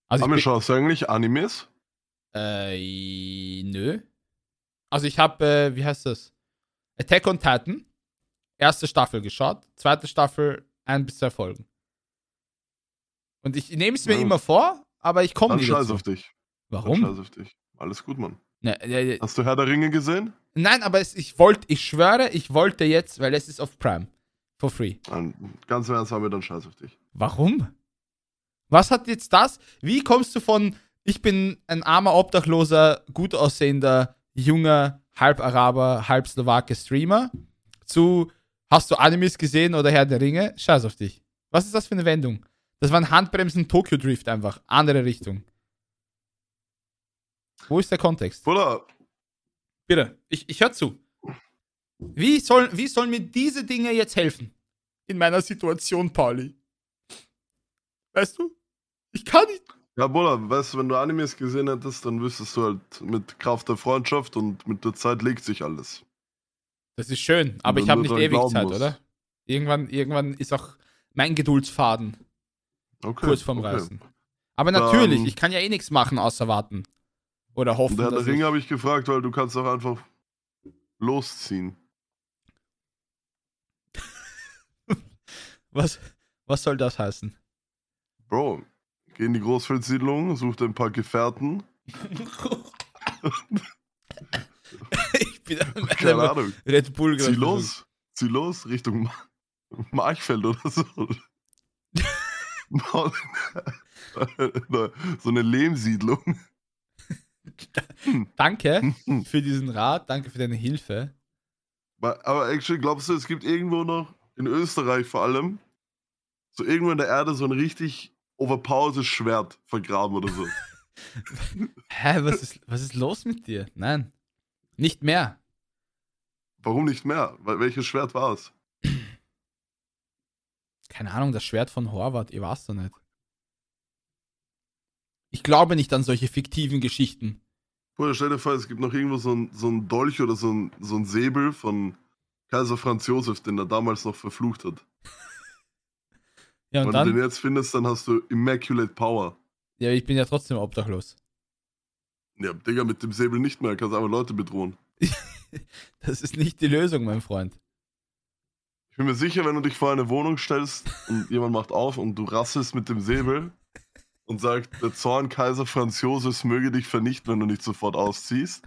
Speaker 1: Also ich
Speaker 2: Amir,
Speaker 1: bin,
Speaker 2: schaust du eigentlich Animes?
Speaker 1: äh, nö. Also ich habe, äh, wie heißt das? Attack on Titan. Erste Staffel geschaut. Zweite Staffel ein bis zwei Folgen. Und ich nehme es mir
Speaker 2: Ja.
Speaker 1: immer vor, aber ich komme
Speaker 2: Dann
Speaker 1: nicht.
Speaker 2: scheiß
Speaker 1: Dazu.
Speaker 2: auf dich. Dann
Speaker 1: Warum?
Speaker 2: Scheiß auf dich. Alles gut, Mann.
Speaker 1: Ne, ne, ne.
Speaker 2: Hast du Herr der Ringe gesehen?
Speaker 1: Nein, aber es, ich wollte, ich schwöre, ich wollte jetzt, weil es ist auf Prime. For free.
Speaker 2: Dann, ganz im Ernst, Amir, dann scheiß auf dich.
Speaker 1: Warum? Was hat jetzt das? Wie kommst du von, ich bin ein armer, obdachloser, gut aussehender, junger, halb Araber, halb Slowake Streamer zu, hast du Animes gesehen oder Herr der Ringe? Scheiß auf dich. Was ist das für eine Wendung? Das waren Handbremsen Tokyo Drift einfach. Andere Richtung. Wo ist der Kontext?
Speaker 2: Bruder,
Speaker 1: Bitte, ich, ich höre zu. Wie sollen wie sollen mir diese Dinge jetzt helfen? In meiner Situation, Pauli. Weißt du? Ich kann nicht.
Speaker 2: ja, Bruder, weißt du, wenn du Animes gesehen hättest, dann wüsstest du halt, mit Kraft der Freundschaft und mit der Zeit legt sich alles.
Speaker 1: Das ist schön, aber
Speaker 2: Wenn
Speaker 1: ich habe
Speaker 2: du
Speaker 1: nicht
Speaker 2: dran
Speaker 1: ewig
Speaker 2: glauben
Speaker 1: Zeit,
Speaker 2: musst.
Speaker 1: oder? Irgendwann, irgendwann ist auch mein Geduldsfaden
Speaker 2: Okay.
Speaker 1: kurz vorm
Speaker 2: okay.
Speaker 1: Reißen. Aber natürlich,
Speaker 2: Ähm.
Speaker 1: ich kann ja eh nichts machen, außer warten. Oder hoffen,
Speaker 2: Und Herr
Speaker 1: dass
Speaker 2: der
Speaker 1: ich...
Speaker 2: Ringe habe ich gefragt, weil du kannst auch einfach losziehen.
Speaker 1: Was, was soll das heißen?
Speaker 2: Bro, geh in die Großfeldsiedlung, such dir ein paar Gefährten.
Speaker 1: ich bin an
Speaker 2: Keine
Speaker 1: meinem
Speaker 2: Ahnung.
Speaker 1: Red Bull
Speaker 2: Zieh
Speaker 1: gerade
Speaker 2: los. Zieh los Richtung Ma- Marchfeld oder so. Bau- so eine Lehmsiedlung.
Speaker 1: Danke
Speaker 2: Hm.
Speaker 1: für diesen Rat, danke für deine Hilfe.
Speaker 2: Aber aber actually, glaubst du, es gibt irgendwo noch, in Österreich vor allem, so irgendwo in der Erde so ein richtig overpowertes Schwert vergraben oder so?
Speaker 1: Hä, was ist, was ist los mit dir? Nein. Nicht mehr.
Speaker 2: Warum nicht mehr? Weil, welches Schwert war es?
Speaker 1: Keine Ahnung, das Schwert von Horvath, ihr warst doch nicht. Ich glaube nicht an solche fiktiven Geschichten.
Speaker 2: Bruder, stell dir vor, es gibt noch irgendwo so ein, so ein Dolch oder so ein, so ein Säbel von Kaiser Franz Josef, den er damals noch verflucht hat.
Speaker 1: Ja, und
Speaker 2: Wenn du
Speaker 1: dann?
Speaker 2: den jetzt findest, dann hast du Immaculate Power.
Speaker 1: Ja, ich bin ja trotzdem obdachlos.
Speaker 2: Ja, Digga, mit dem Säbel nicht mehr, kannst aber Leute bedrohen.
Speaker 1: Das ist nicht die Lösung, mein Freund.
Speaker 2: Ich bin mir sicher, wenn du dich vor eine Wohnung stellst und jemand macht auf und du rasselst mit dem Säbel und sagt, der Zorn Kaiser Franz Josefs möge dich vernichten, wenn du nicht sofort ausziehst,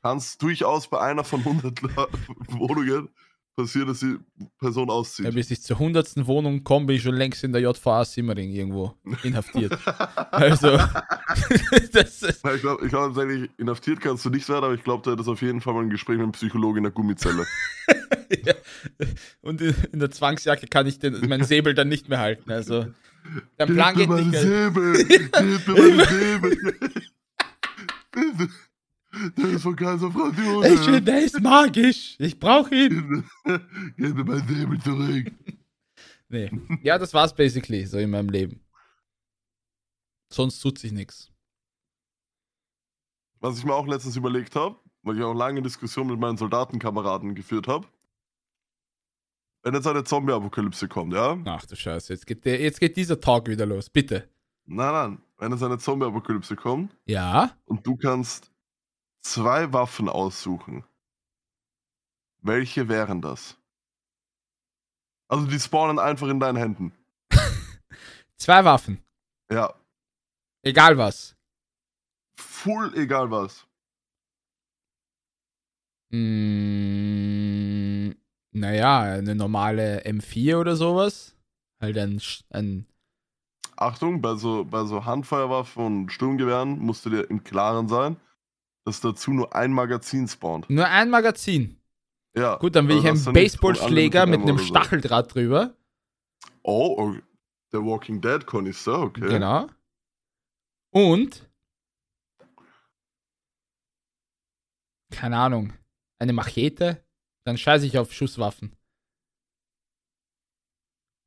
Speaker 2: kannst durchaus bei einer von 100 Le- Wohnungen passieren, dass die Person
Speaker 1: Ja,
Speaker 2: auszieht.
Speaker 1: bis ich zur hundertsten Wohnung komme, bin ich schon längst in der JVA Simmering irgendwo inhaftiert. also, das ist,
Speaker 2: Ja, Ich glaube, ich glaub, tatsächlich, inhaftiert kannst du nicht werden, aber ich glaube, da hättest du auf jeden Fall mal ein Gespräch mit einem Psychologen in der Gummizelle.
Speaker 1: ja. Und in, in der Zwangsjacke kann ich den, meinen Säbel dann nicht mehr halten. Also, der Plan geht
Speaker 2: Gib mir
Speaker 1: nicht.
Speaker 2: meinen
Speaker 1: gell?
Speaker 2: Säbel! Gib mir meinen Säbel! Das ist von Kaiser Franz
Speaker 1: Ey, schön,
Speaker 2: Josef!
Speaker 1: der ist magisch. Ich brauche ihn.
Speaker 2: Gib mir- gib mir meinen Säbel zurück!
Speaker 1: Nee. Ja, das war's basically so in meinem Leben. Sonst tut sich nichts.
Speaker 2: Was ich mir auch letztens überlegt habe, weil ich auch lange Diskussionen mit meinen Soldatenkameraden geführt habe. Wenn jetzt eine Zombie-Apokalypse kommt, ja?
Speaker 1: Ach du Scheiße, jetzt geht, der, jetzt geht dieser Talk wieder los. Bitte.
Speaker 2: Nein, nein. Wenn jetzt eine Zombie-Apokalypse kommt
Speaker 1: Ja?
Speaker 2: und du kannst zwei Waffen aussuchen, welche wären das? Also die spawnen einfach in deinen Händen.
Speaker 1: Zwei Waffen.
Speaker 2: Ja,
Speaker 1: Egal was.
Speaker 2: full egal was.
Speaker 1: Mm, naja, eine normale M4 oder sowas. Halt ein, Sch- ein.
Speaker 2: Achtung, bei so, bei so Handfeuerwaffen und Sturmgewehren musst du dir im Klaren sein, dass dazu nur ein Magazin spawnt.
Speaker 1: Nur ein Magazin.
Speaker 2: Ja.
Speaker 1: Gut, dann will
Speaker 2: Also
Speaker 1: ich
Speaker 2: hast
Speaker 1: einen
Speaker 2: du nicht von
Speaker 1: Baseballschläger
Speaker 2: allem
Speaker 1: mit einem
Speaker 2: oder so.
Speaker 1: Stacheldraht drüber.
Speaker 2: Oh, oh, der Walking Dead Conister, okay.
Speaker 1: Genau. Und. Keine Ahnung. Eine Machete? Dann scheiße ich auf Schusswaffen.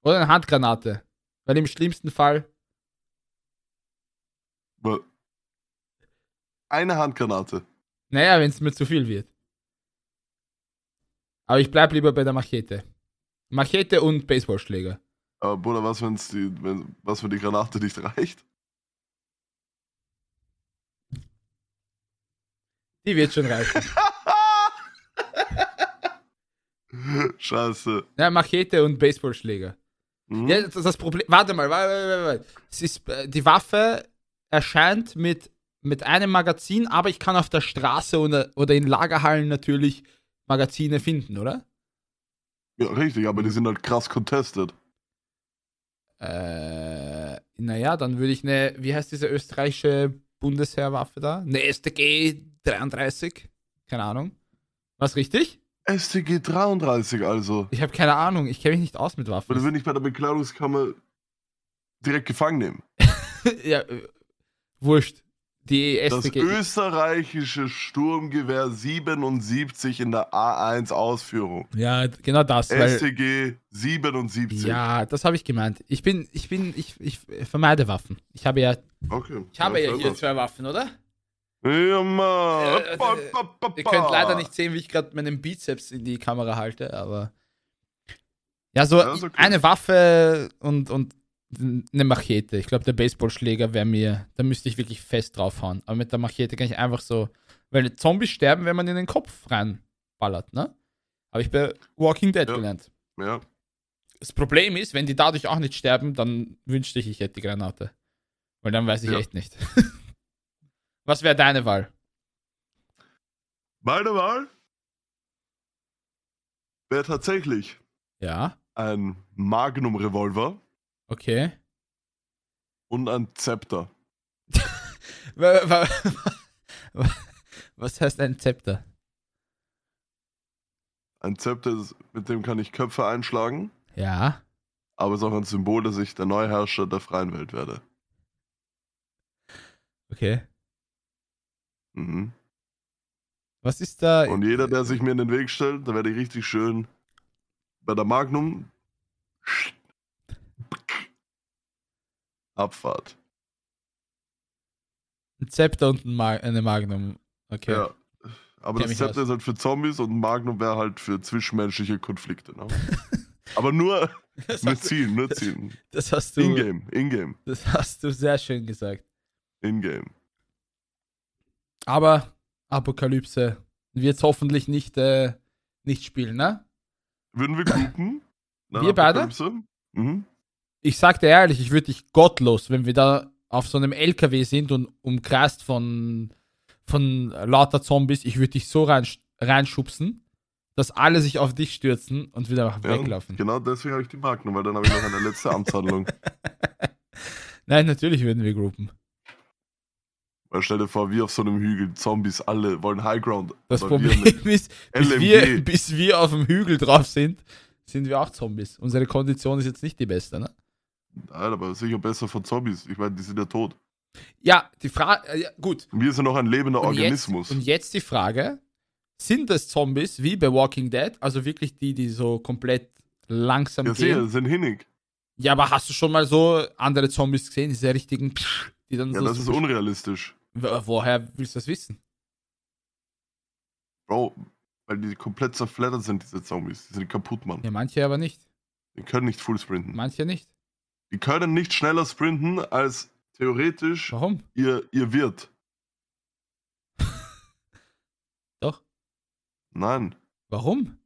Speaker 1: Oder eine Handgranate. Weil im schlimmsten Fall.
Speaker 2: Wa- Eine Handgranate.
Speaker 1: Naja, wenn es mir zu viel wird. Aber ich bleib lieber bei der Machete. Machete und Baseballschläger.
Speaker 2: Aber Bruder, was, wenn's die, wenn, was, wenn die Granate nicht reicht?
Speaker 1: Die wird schon reichen.
Speaker 2: Scheiße.
Speaker 1: Ja, Machete und Baseballschläger.
Speaker 2: Hm?
Speaker 1: Ja, das, das Problem. Warte mal, warte, warte, warte. warte. Es ist, äh, die Waffe erscheint mit, mit einem Magazin, aber ich kann auf der Straße oder, oder in Lagerhallen natürlich Magazine finden, oder?
Speaker 2: ja, richtig, aber die sind halt krass contested.
Speaker 1: Äh, naja, dann würde ich eine, wie heißt diese österreichische Bundesheerwaffe da? Eine STG 33? Keine Ahnung. Was richtig?
Speaker 2: STG 33 also.
Speaker 1: Ich habe keine Ahnung, ich kenne mich nicht aus mit
Speaker 2: Weil du
Speaker 1: Waffen.
Speaker 2: will ich bei der Bekleidungskammer direkt gefangen nehmen.
Speaker 1: ja, äh, wurscht. Die
Speaker 2: Das
Speaker 1: STG.
Speaker 2: österreichische Sturmgewehr 77 in der A1-Ausführung.
Speaker 1: ja, genau das. weil-
Speaker 2: STG 77.
Speaker 1: Ja, das habe ich gemeint. Ich bin, ich bin, ich, ich vermeide Waffen. Ich habe ja,
Speaker 2: Okay.
Speaker 1: ich habe ja
Speaker 2: selber.
Speaker 1: hier zwei Waffen, oder?
Speaker 2: Ja, Mann.
Speaker 1: Äh,
Speaker 2: Ba,
Speaker 1: äh,
Speaker 2: ba, ba,
Speaker 1: Ihr
Speaker 2: ba.
Speaker 1: könnt leider nicht sehen, wie ich gerade meinen Bizeps in die Kamera halte, aber ja, so
Speaker 2: Ja, ist okay.
Speaker 1: eine Waffe und und eine Machete. Ich glaube, der Baseballschläger wäre mir, da müsste ich wirklich fest draufhauen. Aber mit der Machete kann ich einfach so, weil Zombies sterben, wenn man in den Kopf reinballert, ne? Habe ich bei Walking Dead
Speaker 2: Ja.
Speaker 1: gelernt.
Speaker 2: Ja.
Speaker 1: Das Problem ist, wenn die dadurch auch nicht sterben, dann wünschte ich, ich hätte die Granate. Weil dann weiß ich
Speaker 2: Ja.
Speaker 1: echt nicht. Was wäre deine Wahl?
Speaker 2: Meine Wahl wäre tatsächlich
Speaker 1: Ja,
Speaker 2: ein Magnum-Revolver
Speaker 1: okay.
Speaker 2: und ein Zepter.
Speaker 1: Wa- wa- wa- Was heißt ein Zepter?
Speaker 2: Ein Zepter, ist, mit dem kann ich Köpfe einschlagen,
Speaker 1: Ja.
Speaker 2: aber es ist auch ein Symbol, dass ich der Neuherrscher der freien Welt werde.
Speaker 1: Okay.
Speaker 2: Mhm.
Speaker 1: Was ist da?
Speaker 2: Und jeder, der sich mir in den Weg stellt, da werde ich richtig schön bei der Magnum Abfahrt.
Speaker 1: Ein Zepter und ein Mag eine Magnum. Okay.
Speaker 2: Ja. Aber
Speaker 1: Kenn
Speaker 2: das
Speaker 1: mich
Speaker 2: Zepter
Speaker 1: aus.
Speaker 2: ist halt für Zombies und Magnum wäre halt für zwischenmenschliche Konflikte. Ne? Aber nur,
Speaker 1: Das,
Speaker 2: nur
Speaker 1: hast,
Speaker 2: ziehen, nur ziehen.
Speaker 1: das hast du.
Speaker 2: In-game, in-game,
Speaker 1: Das hast du sehr schön gesagt.
Speaker 2: in-game.
Speaker 1: Aber Apokalypse wird's hoffentlich nicht, äh, nicht spielen, ne?
Speaker 2: Würden wir groupen? Nach
Speaker 1: Wir beide? Hm.
Speaker 2: Apokalypse? Mhm.
Speaker 1: Ich sag dir ehrlich, ich würde dich gottlos, wenn wir da auf so einem LKW sind und umkreist von, von lauter Zombies, ich würde dich so rein, reinschubsen, dass alle sich auf dich stürzen und wieder
Speaker 2: Ja,
Speaker 1: weglaufen.
Speaker 2: Genau deswegen habe ich die Magnum, weil dann habe ich noch eine letzte Amtshandlung.
Speaker 1: Nein, natürlich würden wir gruppen.
Speaker 2: Weil stell dir vor, wie auf so einem Hügel, Zombies alle wollen Highground.
Speaker 1: Das
Speaker 2: aber wir
Speaker 1: Problem
Speaker 2: mit
Speaker 1: ist, bis
Speaker 2: LMG.
Speaker 1: wir, bis wir auf dem Hügel drauf sind, sind wir auch Zombies. Unsere Kondition ist jetzt nicht die beste, ne?
Speaker 2: Nein, aber sicher besser von Zombies. Ich meine, die sind ja tot.
Speaker 1: Ja, die Frage, ja, gut.
Speaker 2: Und wir sind noch ein lebender Organismus.
Speaker 1: Jetzt, und jetzt die Frage: Sind das Zombies wie bei Walking Dead? Also wirklich die, die so komplett langsam
Speaker 2: ja,
Speaker 1: gehen?
Speaker 2: sicher, sind hinnig.
Speaker 1: Ja, aber hast du schon mal so andere Zombies gesehen, diese richtigen, Psch, die dann
Speaker 2: Ja,
Speaker 1: so.
Speaker 2: das ist unrealistisch.
Speaker 1: Wo- Woher willst du das wissen?
Speaker 2: Bro, weil die komplett zerflattert sind, diese Zombies. Die sind kaputt, Mann.
Speaker 1: Ja, manche aber nicht.
Speaker 2: Die können nicht full sprinten.
Speaker 1: Manche nicht.
Speaker 2: Die können nicht schneller sprinten, als theoretisch
Speaker 1: Warum?
Speaker 2: ihr, ihr Wirt.
Speaker 1: Doch.
Speaker 2: Nein.
Speaker 1: Warum?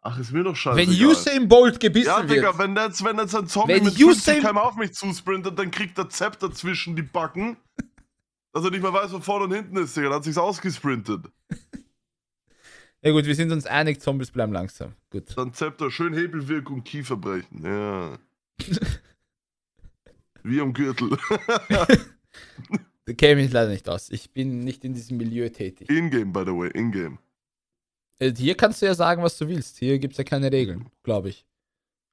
Speaker 2: Ach, ist mir doch scheiße.
Speaker 1: Wenn Usain Bolt gebissen
Speaker 2: Also Ja, Digga,
Speaker 1: wird.
Speaker 2: wenn jetzt, wenn jetzt ein Zombie
Speaker 1: Wenn
Speaker 2: mit
Speaker 1: Usain-
Speaker 2: 50 km auf mich zusprintet, dann kriegt der Zepter zwischen die Backen, dass er nicht mehr weiß, wo vorne und hinten ist, Digga. Dann hat sich's ausgesprintet.
Speaker 1: Ja, gut, wir sind uns einig, Zombies bleiben langsam. Gut.
Speaker 2: Dann Zepter, schön Hebelwirkung, Kiefer brechen. Ja. Wie am Gürtel.
Speaker 1: Da käme ich leider nicht aus. Ich bin nicht in diesem Milieu tätig.
Speaker 2: In-game, by the way, in-game.
Speaker 1: Äh, Hier kannst du ja sagen, was du willst. Hier gibt es ja keine Regeln, glaube ich.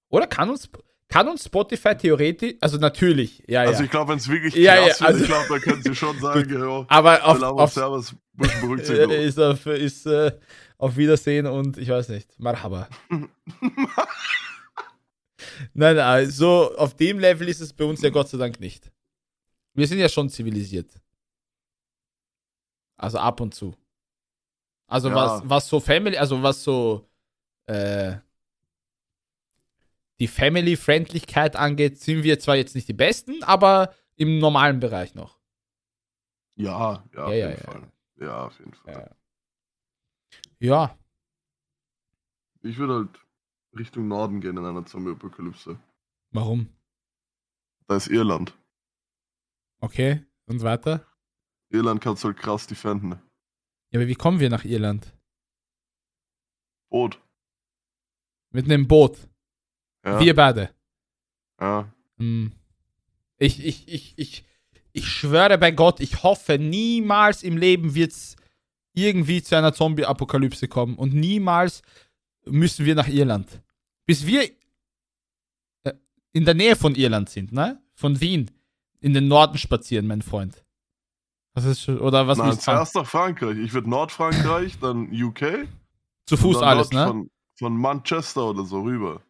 Speaker 1: Oder kann uns, kann uns Spotify theoretisch, also natürlich, ja,
Speaker 2: Also
Speaker 1: ja.
Speaker 2: ich glaube, wenn es wirklich
Speaker 1: Ja, ja,
Speaker 2: krass wird,
Speaker 1: also-
Speaker 2: ich glaube, da können sie schon sagen, ja, ja,
Speaker 1: Aber auf,
Speaker 2: wir labern
Speaker 1: auf,
Speaker 2: Servus, Burschen
Speaker 1: äh,
Speaker 2: Berücksichtigung.
Speaker 1: ist auf, ist, äh, auf Wiedersehen und ich weiß nicht, Marhaba. nein, nein, so auf dem Level ist es bei uns ja Gott sei Dank nicht. Wir sind ja schon zivilisiert. Also ab und zu. Also
Speaker 2: Ja.
Speaker 1: was, was so Family, also was so äh, die Family-Freundlichkeit angeht, sind wir zwar jetzt nicht die Besten, aber im normalen Bereich noch.
Speaker 2: Ja, ja, auf
Speaker 1: Ja, ja,
Speaker 2: jeden
Speaker 1: ja.
Speaker 2: Fall. Ja, auf jeden Fall.
Speaker 1: Ja. Ja,
Speaker 2: Ich würde halt Richtung Norden gehen in einer Zombie-Apokalypse.
Speaker 1: warum?
Speaker 2: Da ist Irland.
Speaker 1: Okay, und weiter?
Speaker 2: Irland kannst du halt krass defenden.
Speaker 1: Ja, aber wie kommen wir nach Irland?
Speaker 2: Boot.
Speaker 1: Mit einem Boot.
Speaker 2: Ja,
Speaker 1: Wir beide.
Speaker 2: ja.
Speaker 1: Hm. Ich, ich, ich, ich, ich schwöre bei Gott, ich hoffe, niemals im Leben wird's irgendwie zu einer Zombie-Apokalypse kommen. Und niemals müssen wir nach Irland. Bis wir äh, in der Nähe von Irland sind, ne? Von Wien. In den Norden spazieren, mein Freund. Was ist schon, oder was
Speaker 2: Nein,
Speaker 1: willst du?
Speaker 2: zuerst nach Frankreich. Ich würde Nordfrankreich, dann UK.
Speaker 1: Zu Fuß
Speaker 2: dann
Speaker 1: alles,
Speaker 2: dort
Speaker 1: ne?
Speaker 2: Von, von Manchester oder so rüber.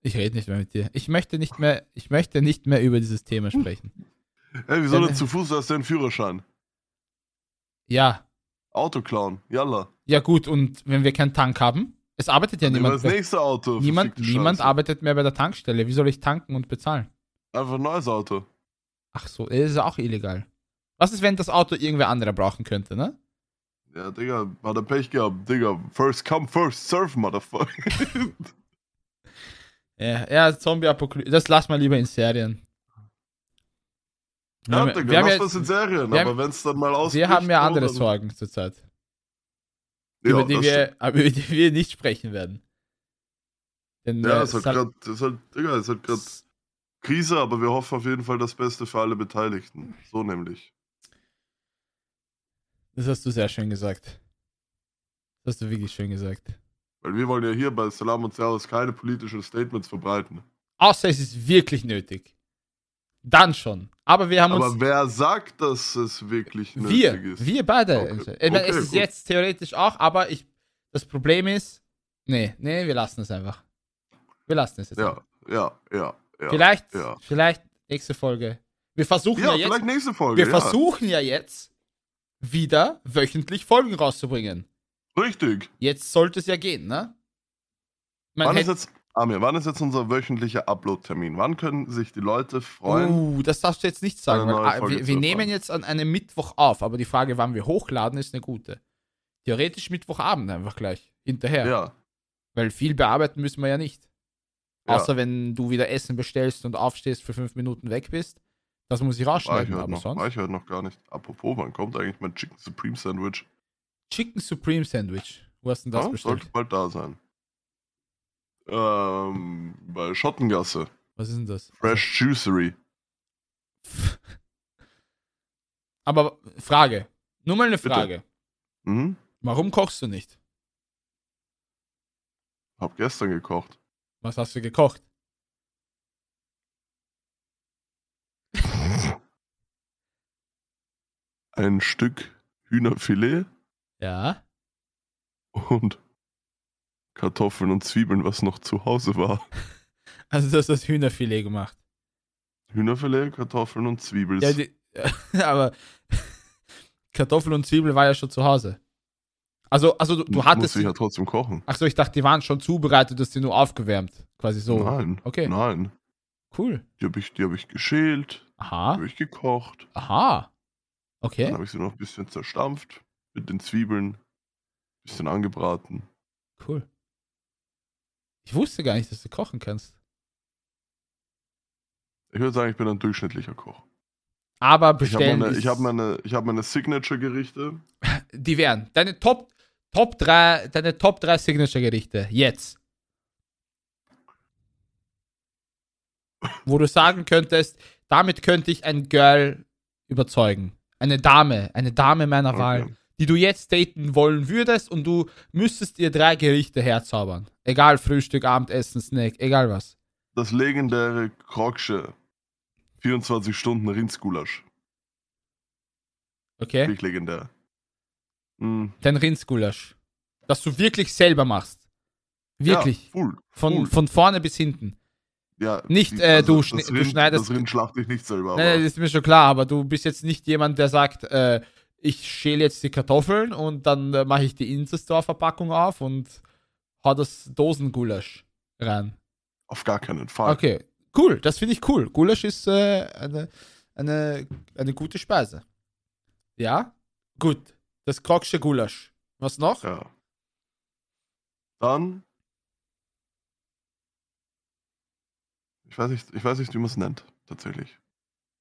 Speaker 1: Ich rede nicht mehr mit dir. Ich möchte nicht mehr, ich möchte nicht mehr über dieses Thema sprechen.
Speaker 2: Ey, wieso
Speaker 1: Dann-
Speaker 2: denn zu Fuß? Du hast ja einen Führerschein.
Speaker 1: Ja,
Speaker 2: Auto klauen. Jalla.
Speaker 1: ja gut, und wenn wir keinen Tank haben, es arbeitet ja
Speaker 2: Immer
Speaker 1: niemand.
Speaker 2: das
Speaker 1: Bei,
Speaker 2: nächste Auto.
Speaker 1: niemand,
Speaker 2: verfickte
Speaker 1: niemand
Speaker 2: Scheiße.
Speaker 1: arbeitet mehr bei der Tankstelle. Wie soll ich tanken und bezahlen?
Speaker 2: Einfach ein neues Auto.
Speaker 1: Ach so, ist ja auch illegal. Was ist, wenn das Auto irgendwer anderer brauchen könnte, ne?
Speaker 2: Ja, Digga, hat er Pech gehabt. Digga, first come, first serve, Motherfucker.
Speaker 1: Ja, ja Zombie-Apokalypse. Das lass mal lieber in Serien.
Speaker 2: Ja,
Speaker 1: wir,
Speaker 2: Digga,
Speaker 1: wir, haben ja,
Speaker 2: lass das in Serien.
Speaker 1: wir
Speaker 2: aber
Speaker 1: haben-
Speaker 2: wenn es dann mal ausgeht.
Speaker 1: wir haben ja andere Sorgen zurzeit, über, die wir, aber über die wir nicht sprechen werden. Denn,
Speaker 2: Ja,
Speaker 1: äh,
Speaker 2: es hat
Speaker 1: Sal-
Speaker 2: grad, es hat, Digga, es hat grad Krise, aber wir hoffen auf jeden Fall das Beste für alle Beteiligten. So nämlich.
Speaker 1: Das hast du sehr schön gesagt. Das hast du wirklich schön gesagt.
Speaker 2: Weil wir wollen ja hier bei Salam und Servus keine politischen Statements verbreiten.
Speaker 1: Außer es ist wirklich nötig. Dann schon. Aber wir haben
Speaker 2: Aber
Speaker 1: uns.
Speaker 2: wer sagt, dass es wirklich nötig
Speaker 1: Wir,
Speaker 2: ist?
Speaker 1: wir beide.
Speaker 2: Okay.
Speaker 1: entscheiden. Ich meine, es
Speaker 2: Okay,
Speaker 1: ist
Speaker 2: gut.
Speaker 1: jetzt theoretisch auch, aber ich. Das Problem ist. Nee, nee, wir lassen es einfach. Wir lassen es jetzt.
Speaker 2: Ja, ja, ja, ja.
Speaker 1: vielleicht,
Speaker 2: ja.
Speaker 1: vielleicht nächste Folge. Wir versuchen ja,
Speaker 2: Ja,
Speaker 1: jetzt,
Speaker 2: vielleicht nächste Folge.
Speaker 1: wir
Speaker 2: ja.
Speaker 1: versuchen ja jetzt wieder wöchentlich Folgen rauszubringen.
Speaker 2: Richtig.
Speaker 1: Jetzt sollte es ja gehen, ne? Man
Speaker 2: Wann ist,
Speaker 1: hätte,
Speaker 2: jetzt, Amir, wann ist jetzt unser wöchentlicher Upload-Termin? Wann können sich die Leute freuen?
Speaker 1: uh, das darfst du jetzt nicht sagen.
Speaker 2: Eine
Speaker 1: Weil,
Speaker 2: Also neue
Speaker 1: ah,
Speaker 2: Folge
Speaker 1: wir
Speaker 2: zu
Speaker 1: wir
Speaker 2: erfahren.
Speaker 1: nehmen jetzt an einem Mittwoch auf, aber die Frage, wann wir hochladen, ist eine gute. Theoretisch Mittwochabend einfach gleich hinterher,
Speaker 2: ja.
Speaker 1: weil viel bearbeiten müssen wir ja nicht.
Speaker 2: Ja.
Speaker 1: Außer wenn du wieder Essen bestellst und aufstehst, für fünf Minuten weg bist. Das muss ich
Speaker 2: War Ah, ich,
Speaker 1: rausschneiden,
Speaker 2: heute
Speaker 1: aber
Speaker 2: noch,
Speaker 1: sonst.
Speaker 2: war ich heute noch gar nicht. Apropos, wann kommt eigentlich mein Chicken Supreme Sandwich?
Speaker 1: Chicken Supreme Sandwich. Wo hast du denn das
Speaker 2: Ja,
Speaker 1: bestellt?
Speaker 2: Sollte bald da sein. Ähm, bei Schottengasse.
Speaker 1: Was ist denn das?
Speaker 2: Fresh Juicery.
Speaker 1: Aber Frage. Nur mal eine
Speaker 2: Bitte.
Speaker 1: Frage.
Speaker 2: Mhm.
Speaker 1: Warum kochst du nicht?
Speaker 2: Hab gestern gekocht.
Speaker 1: Was hast du gekocht?
Speaker 2: Ein Stück Hühnerfilet
Speaker 1: Ja.
Speaker 2: und Kartoffeln und Zwiebeln, was noch zu Hause war.
Speaker 1: Also du hast das Hühnerfilet gemacht.
Speaker 2: Hühnerfilet, Kartoffeln und Zwiebeln.
Speaker 1: Ja, die, aber Kartoffel und Zwiebel war ja schon zu Hause. Also, also du, du hattest.
Speaker 2: Muss ich ja trotzdem kochen.
Speaker 1: Achso, ich dachte, die waren schon zubereitet, du hast die nur aufgewärmt. Quasi so.
Speaker 2: Nein.
Speaker 1: Okay.
Speaker 2: Nein.
Speaker 1: Cool.
Speaker 2: Die habe ich, die hab ich geschält,
Speaker 1: Aha.
Speaker 2: habe ich gekocht.
Speaker 1: Aha.
Speaker 2: Dann
Speaker 1: Okay.
Speaker 2: habe ich sie noch ein bisschen zerstampft mit den Zwiebeln. Bisschen angebraten.
Speaker 1: Cool. Ich wusste gar nicht, dass du kochen kannst.
Speaker 2: Ich würde sagen, ich bin ein durchschnittlicher Koch.
Speaker 1: Aber
Speaker 2: Ich habe
Speaker 1: bestellen.
Speaker 2: meine,
Speaker 1: ist-
Speaker 2: ich hab meine, ich hab meine Signature-Gerichte.
Speaker 1: die wären deine Top Top 3 deine Top 3 Signature Gerichte jetzt. Wo du sagen könntest, damit könnte ich ein Girl überzeugen. Eine Dame, eine Dame meiner
Speaker 2: Okay.
Speaker 1: Wahl, die du jetzt daten wollen würdest und du müsstest ihr drei Gerichte herzaubern. Egal Frühstück, Abendessen, Snack, egal was.
Speaker 2: Das legendäre Kroksche. 24 Stunden Rindsgulasch.
Speaker 1: Okay?
Speaker 2: Wirklich legendär. Mhm.
Speaker 1: Dein Rindsgulasch. Dass du wirklich selber machst. Wirklich.
Speaker 2: Ja, full,
Speaker 1: von,
Speaker 2: full.
Speaker 1: von vorne bis hinten.
Speaker 2: ja,
Speaker 1: nicht,
Speaker 2: die- also
Speaker 1: äh, du
Speaker 2: das
Speaker 1: schn- du
Speaker 2: Rind-
Speaker 1: schneidest-
Speaker 2: Das Rind schlachte ich nicht selber.
Speaker 1: Nein, nein,
Speaker 2: aber
Speaker 1: das ist mir schon klar, aber du bist jetzt nicht jemand, der sagt, äh, ich schäle jetzt die Kartoffeln und dann äh, mache ich die Inzestor-Verpackung auf und hau das Dosengulasch rein.
Speaker 2: auf gar keinen Fall.
Speaker 1: Okay, cool, das finde ich cool. Gulasch ist äh, eine, eine, eine gute Speise. Ja, gut. Das Kroksche Gulasch. Was noch?
Speaker 2: Ja. Dann. Ich weiß nicht, ich weiß nicht, wie man es nennt, tatsächlich.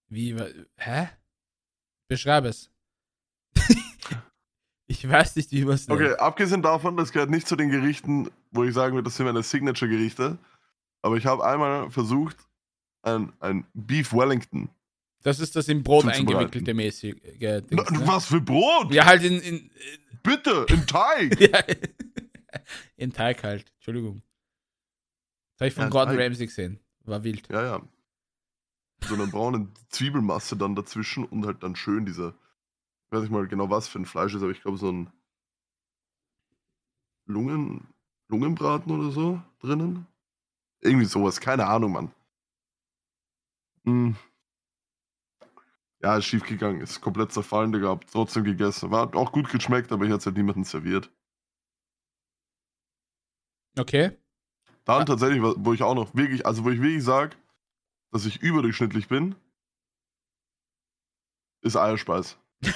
Speaker 1: Wie, wa- hä? Beschreibe es. ich weiß nicht, wie man es nennt.
Speaker 2: Okay, abgesehen davon, das gehört nicht zu den Gerichten, wo ich sagen würde, das sind meine Signature-Gerichte. Aber ich habe einmal versucht, ein, ein Beef Wellington.
Speaker 1: Das ist das in Brot
Speaker 2: Zuzubereiten.
Speaker 1: eingewickelte mäßige
Speaker 2: Na,
Speaker 1: Dings, ne?
Speaker 2: Was für Brot!
Speaker 1: Ja, halt in, in,
Speaker 2: Bitte, im Teig!
Speaker 1: ja, in Teig halt. Entschuldigung. Das habe ich von
Speaker 2: Ja,
Speaker 1: Gordon
Speaker 2: Teig.
Speaker 1: Ramsay gesehen. War wild.
Speaker 2: ja, ja. So eine braune Zwiebelmasse dann dazwischen und halt dann schön diese, ich weiß nicht mal genau, was für ein Fleisch ist, aber ich glaube so ein Lungen, Lungenbraten oder so drinnen. Irgendwie sowas, keine Ahnung, Mann. Hm. Ja, ist schief gegangen, ist komplett zerfallen, Digga, hab trotzdem gegessen. War auch gut geschmeckt, aber ich hätte es halt niemandem serviert.
Speaker 1: Okay.
Speaker 2: Dann
Speaker 1: Ja.
Speaker 2: tatsächlich, wa- wo ich auch noch wirklich, also wo ich wirklich sage, dass ich überdurchschnittlich bin, ist Eierspeis. Nein,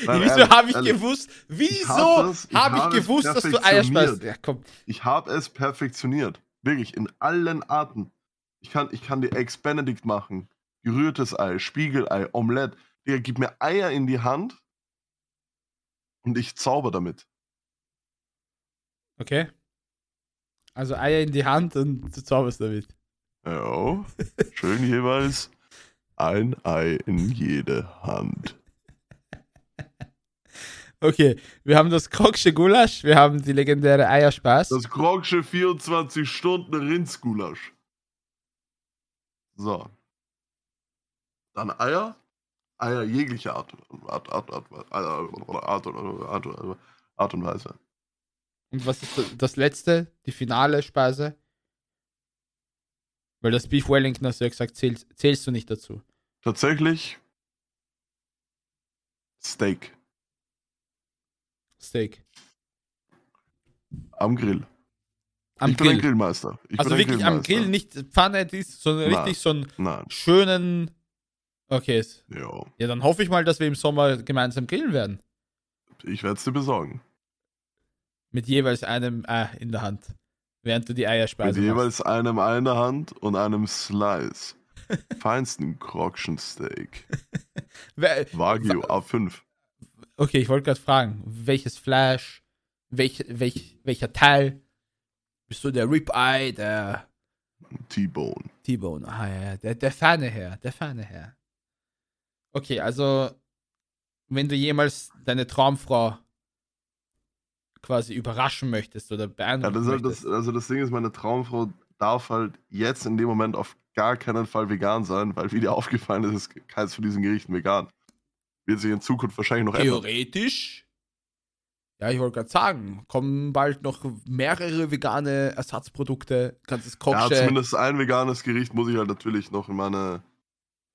Speaker 1: wieso
Speaker 2: ehrlich,
Speaker 1: habe ich
Speaker 2: ehrlich.
Speaker 1: gewusst, wieso
Speaker 2: hab das- ich
Speaker 1: habe ich
Speaker 2: habe es
Speaker 1: gewusst, dass du
Speaker 2: perfektioniert.
Speaker 1: Eierspeis. Ja, komm.
Speaker 2: Ich habe es perfektioniert. Wirklich, in allen Arten. Ich kann, ich kann die Eggs Benedict machen. Gerührtes Ei, Spiegelei, Omelette. Digga, gib mir Eier in die Hand und ich zauber damit.
Speaker 1: Okay. Also Eier in die Hand und du zauberst damit.
Speaker 2: Ja, schön jeweils ein Ei in jede Hand.
Speaker 1: Okay, wir haben das Kroksche Gulasch, wir haben die legendäre Eierspeis.
Speaker 2: Das Krogsche 24 Stunden Rindsgulasch. So. Dann Eier. Eier jeglicher Art, Art, Art, Art, Art, Art, Art, Art, Art, Art und Weise.
Speaker 1: Und was ist das- das letzte, die finale Speise? Weil das Beef Wellington, hast du ja gesagt, zählst, zählst du nicht dazu.
Speaker 2: Tatsächlich Steak
Speaker 1: Steak.
Speaker 2: am Grill.
Speaker 1: Am
Speaker 2: ich bin ein
Speaker 1: Grill.
Speaker 2: Grillmeister. Ich
Speaker 1: also
Speaker 2: bin ein
Speaker 1: wirklich am Grill, nicht Pfanne, dies, sondern
Speaker 2: Na.
Speaker 1: richtig so einen
Speaker 2: Nein,
Speaker 1: schönen. Okay. ist-
Speaker 2: jo.
Speaker 1: Ja, dann hoffe ich mal, dass wir im Sommer gemeinsam grillen werden.
Speaker 2: ich werde es dir besorgen.
Speaker 1: Mit jeweils einem Ei in der Hand. Während du die
Speaker 2: Mit
Speaker 1: Eierspeise machst.
Speaker 2: jeweils einem Ei in der Hand und einem Slice. Feinsten Krokschensteak.
Speaker 1: Wer-
Speaker 2: Wagyu A5.
Speaker 1: Okay, ich wollte gerade fragen, welches Fleisch, welch, welch, welcher Teil? Bist du der Ribeye, der
Speaker 2: T-Bone.
Speaker 1: T-Bone? Ah ja, ja, der, der feine Herr, der feine Herr. Okay, also wenn du jemals deine Traumfrau quasi überraschen möchtest oder
Speaker 2: Ja,
Speaker 1: beeindrucken
Speaker 2: das ist halt
Speaker 1: möchtest.
Speaker 2: das, also das Ding ist, meine Traumfrau darf halt jetzt in dem Moment auf gar keinen Fall vegan sein, weil wie dir aufgefallen ist, ist keins von diesen Gerichten vegan. Wird sich in Zukunft wahrscheinlich noch ändern.
Speaker 1: Theoretisch. Ja, ich wollte gerade sagen, kommen bald noch mehrere vegane Ersatzprodukte, kannst es
Speaker 2: Ja,
Speaker 1: kochen.
Speaker 2: zumindest ein veganes Gericht muss ich halt natürlich noch in, meine,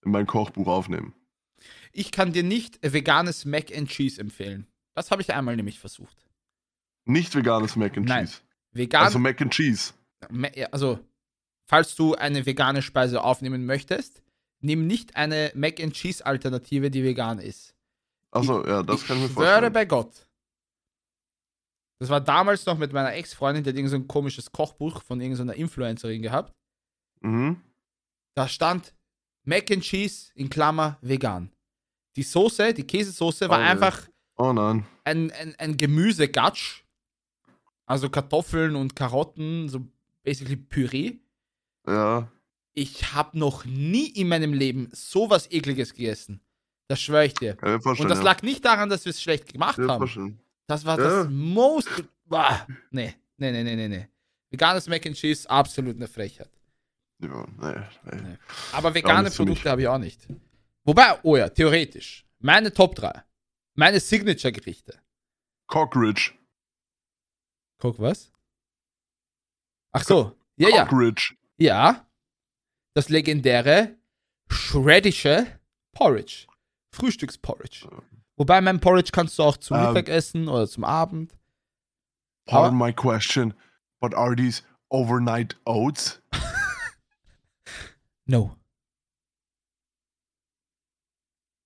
Speaker 2: in mein Kochbuch aufnehmen.
Speaker 1: Ich kann dir nicht veganes Mac and Cheese empfehlen. Das habe ich einmal nämlich versucht.
Speaker 2: Nicht veganes Mac and
Speaker 1: Nein.
Speaker 2: Cheese.
Speaker 1: Vegan,
Speaker 2: Also Mac and Cheese.
Speaker 1: Ma- ja, also falls du eine vegane Speise aufnehmen möchtest, nimm nicht eine Mac and Cheese Alternative, die vegan ist.
Speaker 2: Achso, ja, das
Speaker 1: ich
Speaker 2: kann ich mir
Speaker 1: schwöre
Speaker 2: vorstellen.
Speaker 1: bei Gott. Das war damals noch mit meiner Ex-Freundin, die hat irgend so ein komisches Kochbuch von irgendeiner Influencerin gehabt.
Speaker 2: Mhm.
Speaker 1: Da stand Mac and Cheese in Klammer vegan. Die Soße, die Käsesoße war
Speaker 2: Oh, ja.
Speaker 1: einfach
Speaker 2: Oh nein.
Speaker 1: ein, ein, ein Gemüsegatsch. Also Kartoffeln und Karotten, so basically Püree.
Speaker 2: Ja,
Speaker 1: Ich habe noch nie in meinem Leben sowas ekliges gegessen. Das schwöre ich dir.
Speaker 2: kann ich mir vorstellen.
Speaker 1: Und das
Speaker 2: ja.
Speaker 1: lag nicht daran, dass wir es schlecht gemacht
Speaker 2: Kann ich mir
Speaker 1: haben.
Speaker 2: vorstellen.
Speaker 1: Das war
Speaker 2: Ja.
Speaker 1: das most. Bah, nee, nee, nee, nee, nee, nee. Veganes Mac and Cheese, absolut eine Frechheit.
Speaker 2: Ja, nee, nee.
Speaker 1: Nee. Aber vegane
Speaker 2: nicht für mich.
Speaker 1: Produkte habe ich auch nicht. Wobei, oh ja, theoretisch. Meine Top 3. Meine Signature-Gerichte.
Speaker 2: Cockridge.
Speaker 1: Guck, was? Ach so. Ja, ja.
Speaker 2: Cockridge.
Speaker 1: Ja. Das legendäre schreddische Porridge. Frühstücksporridge. Wobei mein Porridge kannst du auch zum
Speaker 2: Ähm.
Speaker 1: Mittag essen oder zum Abend.
Speaker 2: Pardon my question, but are these overnight oats?
Speaker 1: No.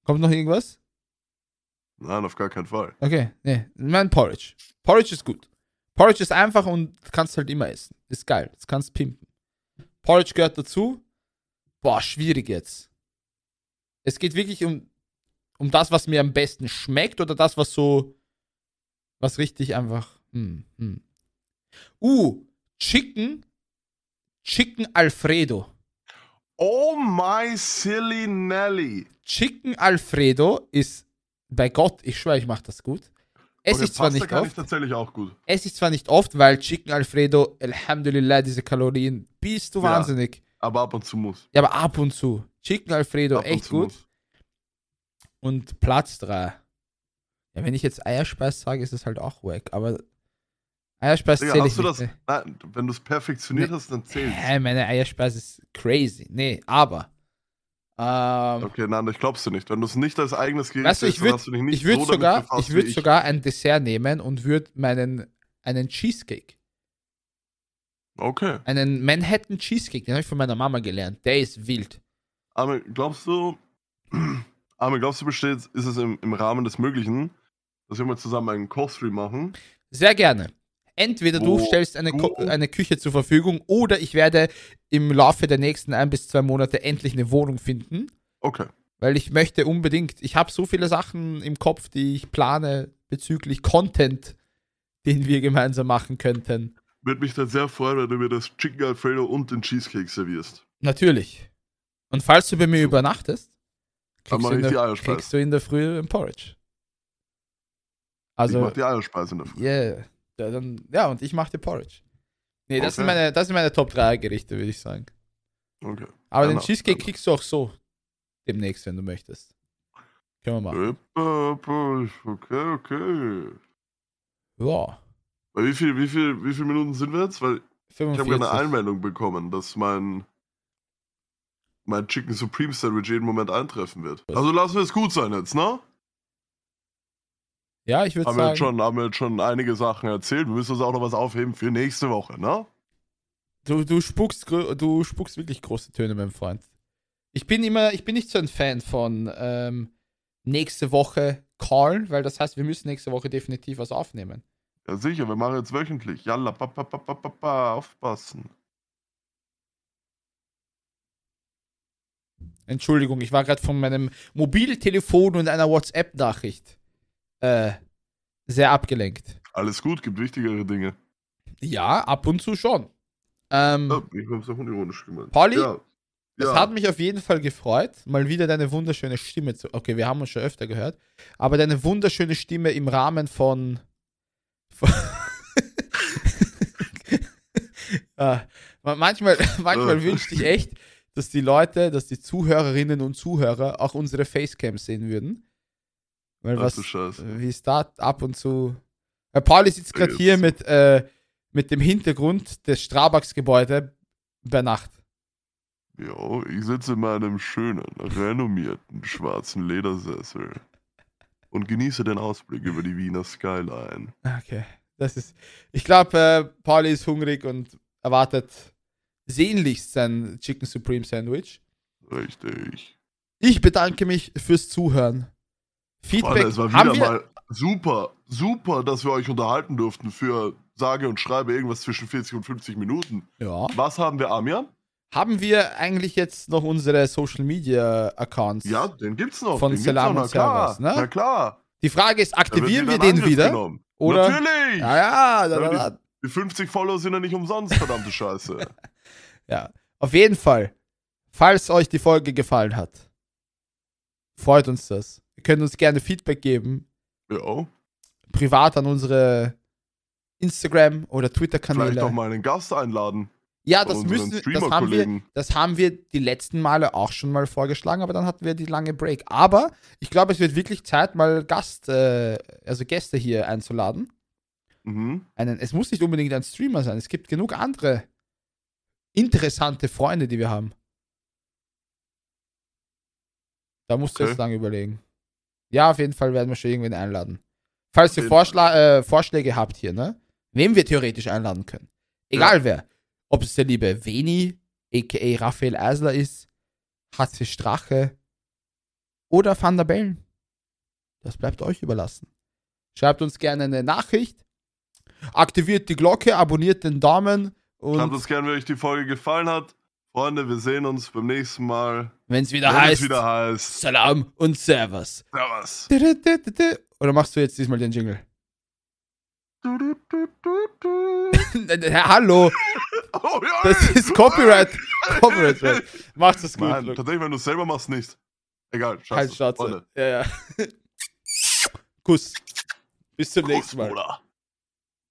Speaker 1: Kommt noch irgendwas?
Speaker 2: Nein, auf gar keinen Fall.
Speaker 1: Okay, nee. Mein Porridge. Porridge ist gut. Porridge ist einfach und kannst halt immer essen. Ist geil. Das kannst pimpen. Porridge gehört dazu. Boah, schwierig jetzt. Es geht wirklich um, um das, was mir am besten schmeckt oder das, was so, was richtig einfach. Hm, hm. Uh, Chicken. Chicken Alfredo.
Speaker 2: Oh my silly Nelly.
Speaker 1: Chicken Alfredo ist, bei Gott, ich schwöre, ich mache das gut. Esse
Speaker 2: Okay,
Speaker 1: ich zwar
Speaker 2: Pasta
Speaker 1: nicht
Speaker 2: kann
Speaker 1: oft.
Speaker 2: ich tatsächlich auch gut.
Speaker 1: esse ich zwar nicht oft, weil Chicken Alfredo, Alhamdulillah, diese Kalorien, bist du
Speaker 2: Ja.
Speaker 1: wahnsinnig.
Speaker 2: Aber ab und zu muss.
Speaker 1: Ja, aber ab und zu. Chicken Alfredo,
Speaker 2: Ab und
Speaker 1: echt
Speaker 2: zu
Speaker 1: gut.
Speaker 2: muss.
Speaker 1: Und Platz 3. Ja, wenn ich jetzt Eierspeis sage, ist es halt auch wack, aber Eierspeis
Speaker 2: Digga,
Speaker 1: zähle ich
Speaker 2: hast du
Speaker 1: nicht.
Speaker 2: das? Nein, wenn du es perfektioniert
Speaker 1: Nee.
Speaker 2: hast, dann
Speaker 1: ne?
Speaker 2: zählt's.
Speaker 1: Hä, meine Eierspeis ist crazy. Nee, aber. Ähm,
Speaker 2: Okay, nein, ich glaubst du nicht. Wenn du es nicht als eigenes Gericht
Speaker 1: Weißt du, ich
Speaker 2: isst,
Speaker 1: würd-
Speaker 2: hast du dich nicht
Speaker 1: ich würde
Speaker 2: so damit
Speaker 1: sogar,
Speaker 2: befasst
Speaker 1: ich
Speaker 2: wie
Speaker 1: würd sogar ein Dessert nehmen und würde meinen einen Cheesecake,
Speaker 2: Okay.
Speaker 1: einen Manhattan Cheesecake, den habe ich von meiner Mama gelernt. Der ist wild.
Speaker 2: Armin, glaubst du, Armin, glaubst du, besteht, ist es im, im Rahmen des Möglichen, dass wir mal zusammen einen Kochstream machen?
Speaker 1: Sehr gerne. Entweder du
Speaker 2: Wo
Speaker 1: stellst eine, Ko
Speaker 2: du-
Speaker 1: eine Küche zur Verfügung oder ich werde im Laufe der nächsten ein bis zwei Monate endlich eine Wohnung finden,
Speaker 2: Okay.
Speaker 1: weil ich möchte unbedingt, ich habe so viele Sachen im Kopf, die ich plane bezüglich Content, den wir gemeinsam machen könnten.
Speaker 2: Würde mich dann sehr freuen, wenn du mir das Chicken Alfredo und den Cheesecake servierst.
Speaker 1: Natürlich. Und falls du bei mir übernachtest,
Speaker 2: Dann
Speaker 1: kriegst,
Speaker 2: mach
Speaker 1: du in,
Speaker 2: ich die
Speaker 1: der,
Speaker 2: Eierspeise.
Speaker 1: kriegst du in der Früh ein Porridge. Also,
Speaker 2: ich mach die Eierspeise in der Früh.
Speaker 1: Yeah. Ja, dann, ja, und ich mache dir Porridge. Nee, das,
Speaker 2: Okay.
Speaker 1: sind meine, das sind meine Top 3 Gerichte, würde ich sagen.
Speaker 2: Okay.
Speaker 1: Aber den
Speaker 2: Genau,
Speaker 1: Cheesecake
Speaker 2: genau.
Speaker 1: kriegst du auch so demnächst, wenn du möchtest. Können wir machen.
Speaker 2: Okay, okay. Äh.
Speaker 1: Ja.
Speaker 2: Weil Wie viel, wie, viel, wie viele Minuten sind wir jetzt? Weil ich habe
Speaker 1: 45.
Speaker 2: gerade eine Einmeldung bekommen, dass mein mein Chicken Supreme Sandwich jeden Moment eintreffen wird. Also lassen wir es gut sein jetzt, ne?
Speaker 1: Ja, ich würde
Speaker 2: Haben wir,
Speaker 1: sagen,
Speaker 2: jetzt schon, haben wir jetzt schon einige Sachen erzählt. Wir müssen uns auch noch was aufheben für nächste Woche, ne?
Speaker 1: du, du, spuckst, grö- du spuckst wirklich große Töne, mein Freund. Ich bin immer, ich bin nicht so ein Fan von ähm, nächste Woche callen, weil das heißt, wir müssen nächste Woche definitiv was aufnehmen.
Speaker 2: Ja, sicher, wir machen jetzt wöchentlich. Jalla, pa, pa, pa, pa, pa, pa, aufpassen.
Speaker 1: Entschuldigung, ich war gerade von meinem Mobiltelefon und einer WhatsApp-Nachricht äh, sehr abgelenkt.
Speaker 2: Alles gut, gibt wichtigere Dinge.
Speaker 1: Ja, ab und zu schon. Ähm,
Speaker 2: Oh, ich hab's auch ironisch gemeint.
Speaker 1: Pauli?
Speaker 2: Ja.
Speaker 1: Es
Speaker 2: ja.
Speaker 1: hat mich auf jeden Fall gefreut, mal wieder deine wunderschöne Stimme zu. Okay, wir haben uns schon öfter gehört, aber deine wunderschöne Stimme im Rahmen von. von Ah, man- manchmal manchmal
Speaker 2: Ah.
Speaker 1: wünschte ich echt, dass die Leute, dass die Zuhörerinnen und Zuhörer auch unsere Facecams sehen würden. Weil
Speaker 2: Ach
Speaker 1: was,
Speaker 2: du Scheiße.
Speaker 1: wie es da ab und zu. Herr Pauli sitzt gerade
Speaker 2: Jetzt.
Speaker 1: hier mit, äh, mit dem Hintergrund des Strabax-Gebäude bei Nacht.
Speaker 2: Jo, ich sitze in meinem schönen, renommierten schwarzen Ledersessel und genieße den Ausblick über die Wiener Skyline.
Speaker 1: Ah, Okay, das ist. Ich glaube, äh, Pauli ist hungrig und erwartet sehnlichst sein Chicken Supreme Sandwich.
Speaker 2: Richtig.
Speaker 1: Ich bedanke mich fürs Zuhören.
Speaker 2: Mann,
Speaker 1: Feedback
Speaker 2: es war
Speaker 1: haben
Speaker 2: wieder
Speaker 1: wir.
Speaker 2: mal super, super, dass wir euch unterhalten durften für sage und schreibe irgendwas zwischen 40 und 50 Minuten.
Speaker 1: Ja.
Speaker 2: Was haben wir, Amian?
Speaker 1: Haben wir eigentlich jetzt noch unsere Social Media Accounts?
Speaker 2: Ja, den gibt's noch.
Speaker 1: Von
Speaker 2: den gibt's
Speaker 1: Salam
Speaker 2: noch, na
Speaker 1: und
Speaker 2: klar.
Speaker 1: Servus, ne?
Speaker 2: Na klar.
Speaker 1: Die Frage ist,
Speaker 2: Da wird
Speaker 1: aktivieren wir
Speaker 2: in
Speaker 1: den
Speaker 2: Angriff
Speaker 1: wieder?
Speaker 2: genommen.
Speaker 1: Oder?
Speaker 2: Natürlich!
Speaker 1: Ja, ja, da,
Speaker 2: Ja,
Speaker 1: da,
Speaker 2: die-
Speaker 1: da.
Speaker 2: Die 50 Follower sind ja nicht umsonst, verdammte Scheiße.
Speaker 1: ja. Auf jeden Fall, falls euch die Folge gefallen hat, freut uns das. Ihr könnt uns gerne Feedback geben.
Speaker 2: Jo.
Speaker 1: privat an unsere Instagram oder
Speaker 2: Vielleicht auch
Speaker 1: Twitter-Kanäle.
Speaker 2: mal einen Gast einladen.
Speaker 1: Ja, Ah, das
Speaker 2: unseren
Speaker 1: müssen wir- das haben wir,
Speaker 2: Streamer-Kollegen.
Speaker 1: das haben wir die letzten Male auch schon mal vorgeschlagen, aber dann hatten wir die lange Break. Aber ich glaube, es wird wirklich Zeit, mal Gast, äh, also Gäste hier einzuladen.
Speaker 2: Mhm.
Speaker 1: Einen, es muss nicht unbedingt ein Streamer sein. Es gibt genug andere interessante Freunde, die wir haben. Da musst du
Speaker 2: Okay.
Speaker 1: jetzt lange überlegen. Ja, auf jeden Fall werden wir schon irgendwen einladen. Falls ihr
Speaker 2: jeden Fall.
Speaker 1: Vorschla äh, Vorschläge habt hier, ne? Wen wir theoretisch einladen können. Egal wer. Ob es der liebe Veni, a.k.a. Raphael Eisler ist, HC Strache oder Van der Bellen. Das bleibt euch überlassen. Schreibt uns gerne eine Nachricht. Aktiviert die Glocke, abonniert den Daumen
Speaker 2: Schreibt
Speaker 1: und
Speaker 2: uns gerne, wenn euch die Folge gefallen hat. Freunde, wir sehen uns beim nächsten Mal.
Speaker 1: wenn es wieder
Speaker 2: wenn
Speaker 1: heißt,
Speaker 2: es wieder heißt.
Speaker 1: Salam und Servus.
Speaker 2: Servus.
Speaker 1: Oder machst du jetzt diesmal den Jingle?
Speaker 2: Du, du, du, du, du.
Speaker 1: Hallo,
Speaker 2: Oh, ja,
Speaker 1: das
Speaker 2: ey.
Speaker 1: ist Copyright. Copyright. Right. Macht es gut. Halt,
Speaker 2: Mann,
Speaker 1: Luke.
Speaker 2: tatsächlich, wenn du es selber machst, nicht. Egal,
Speaker 1: Kein
Speaker 2: scheiße.
Speaker 1: Schatz. Ja, ja. Kuss. Bis zum nächsten Mal.
Speaker 2: Bruder.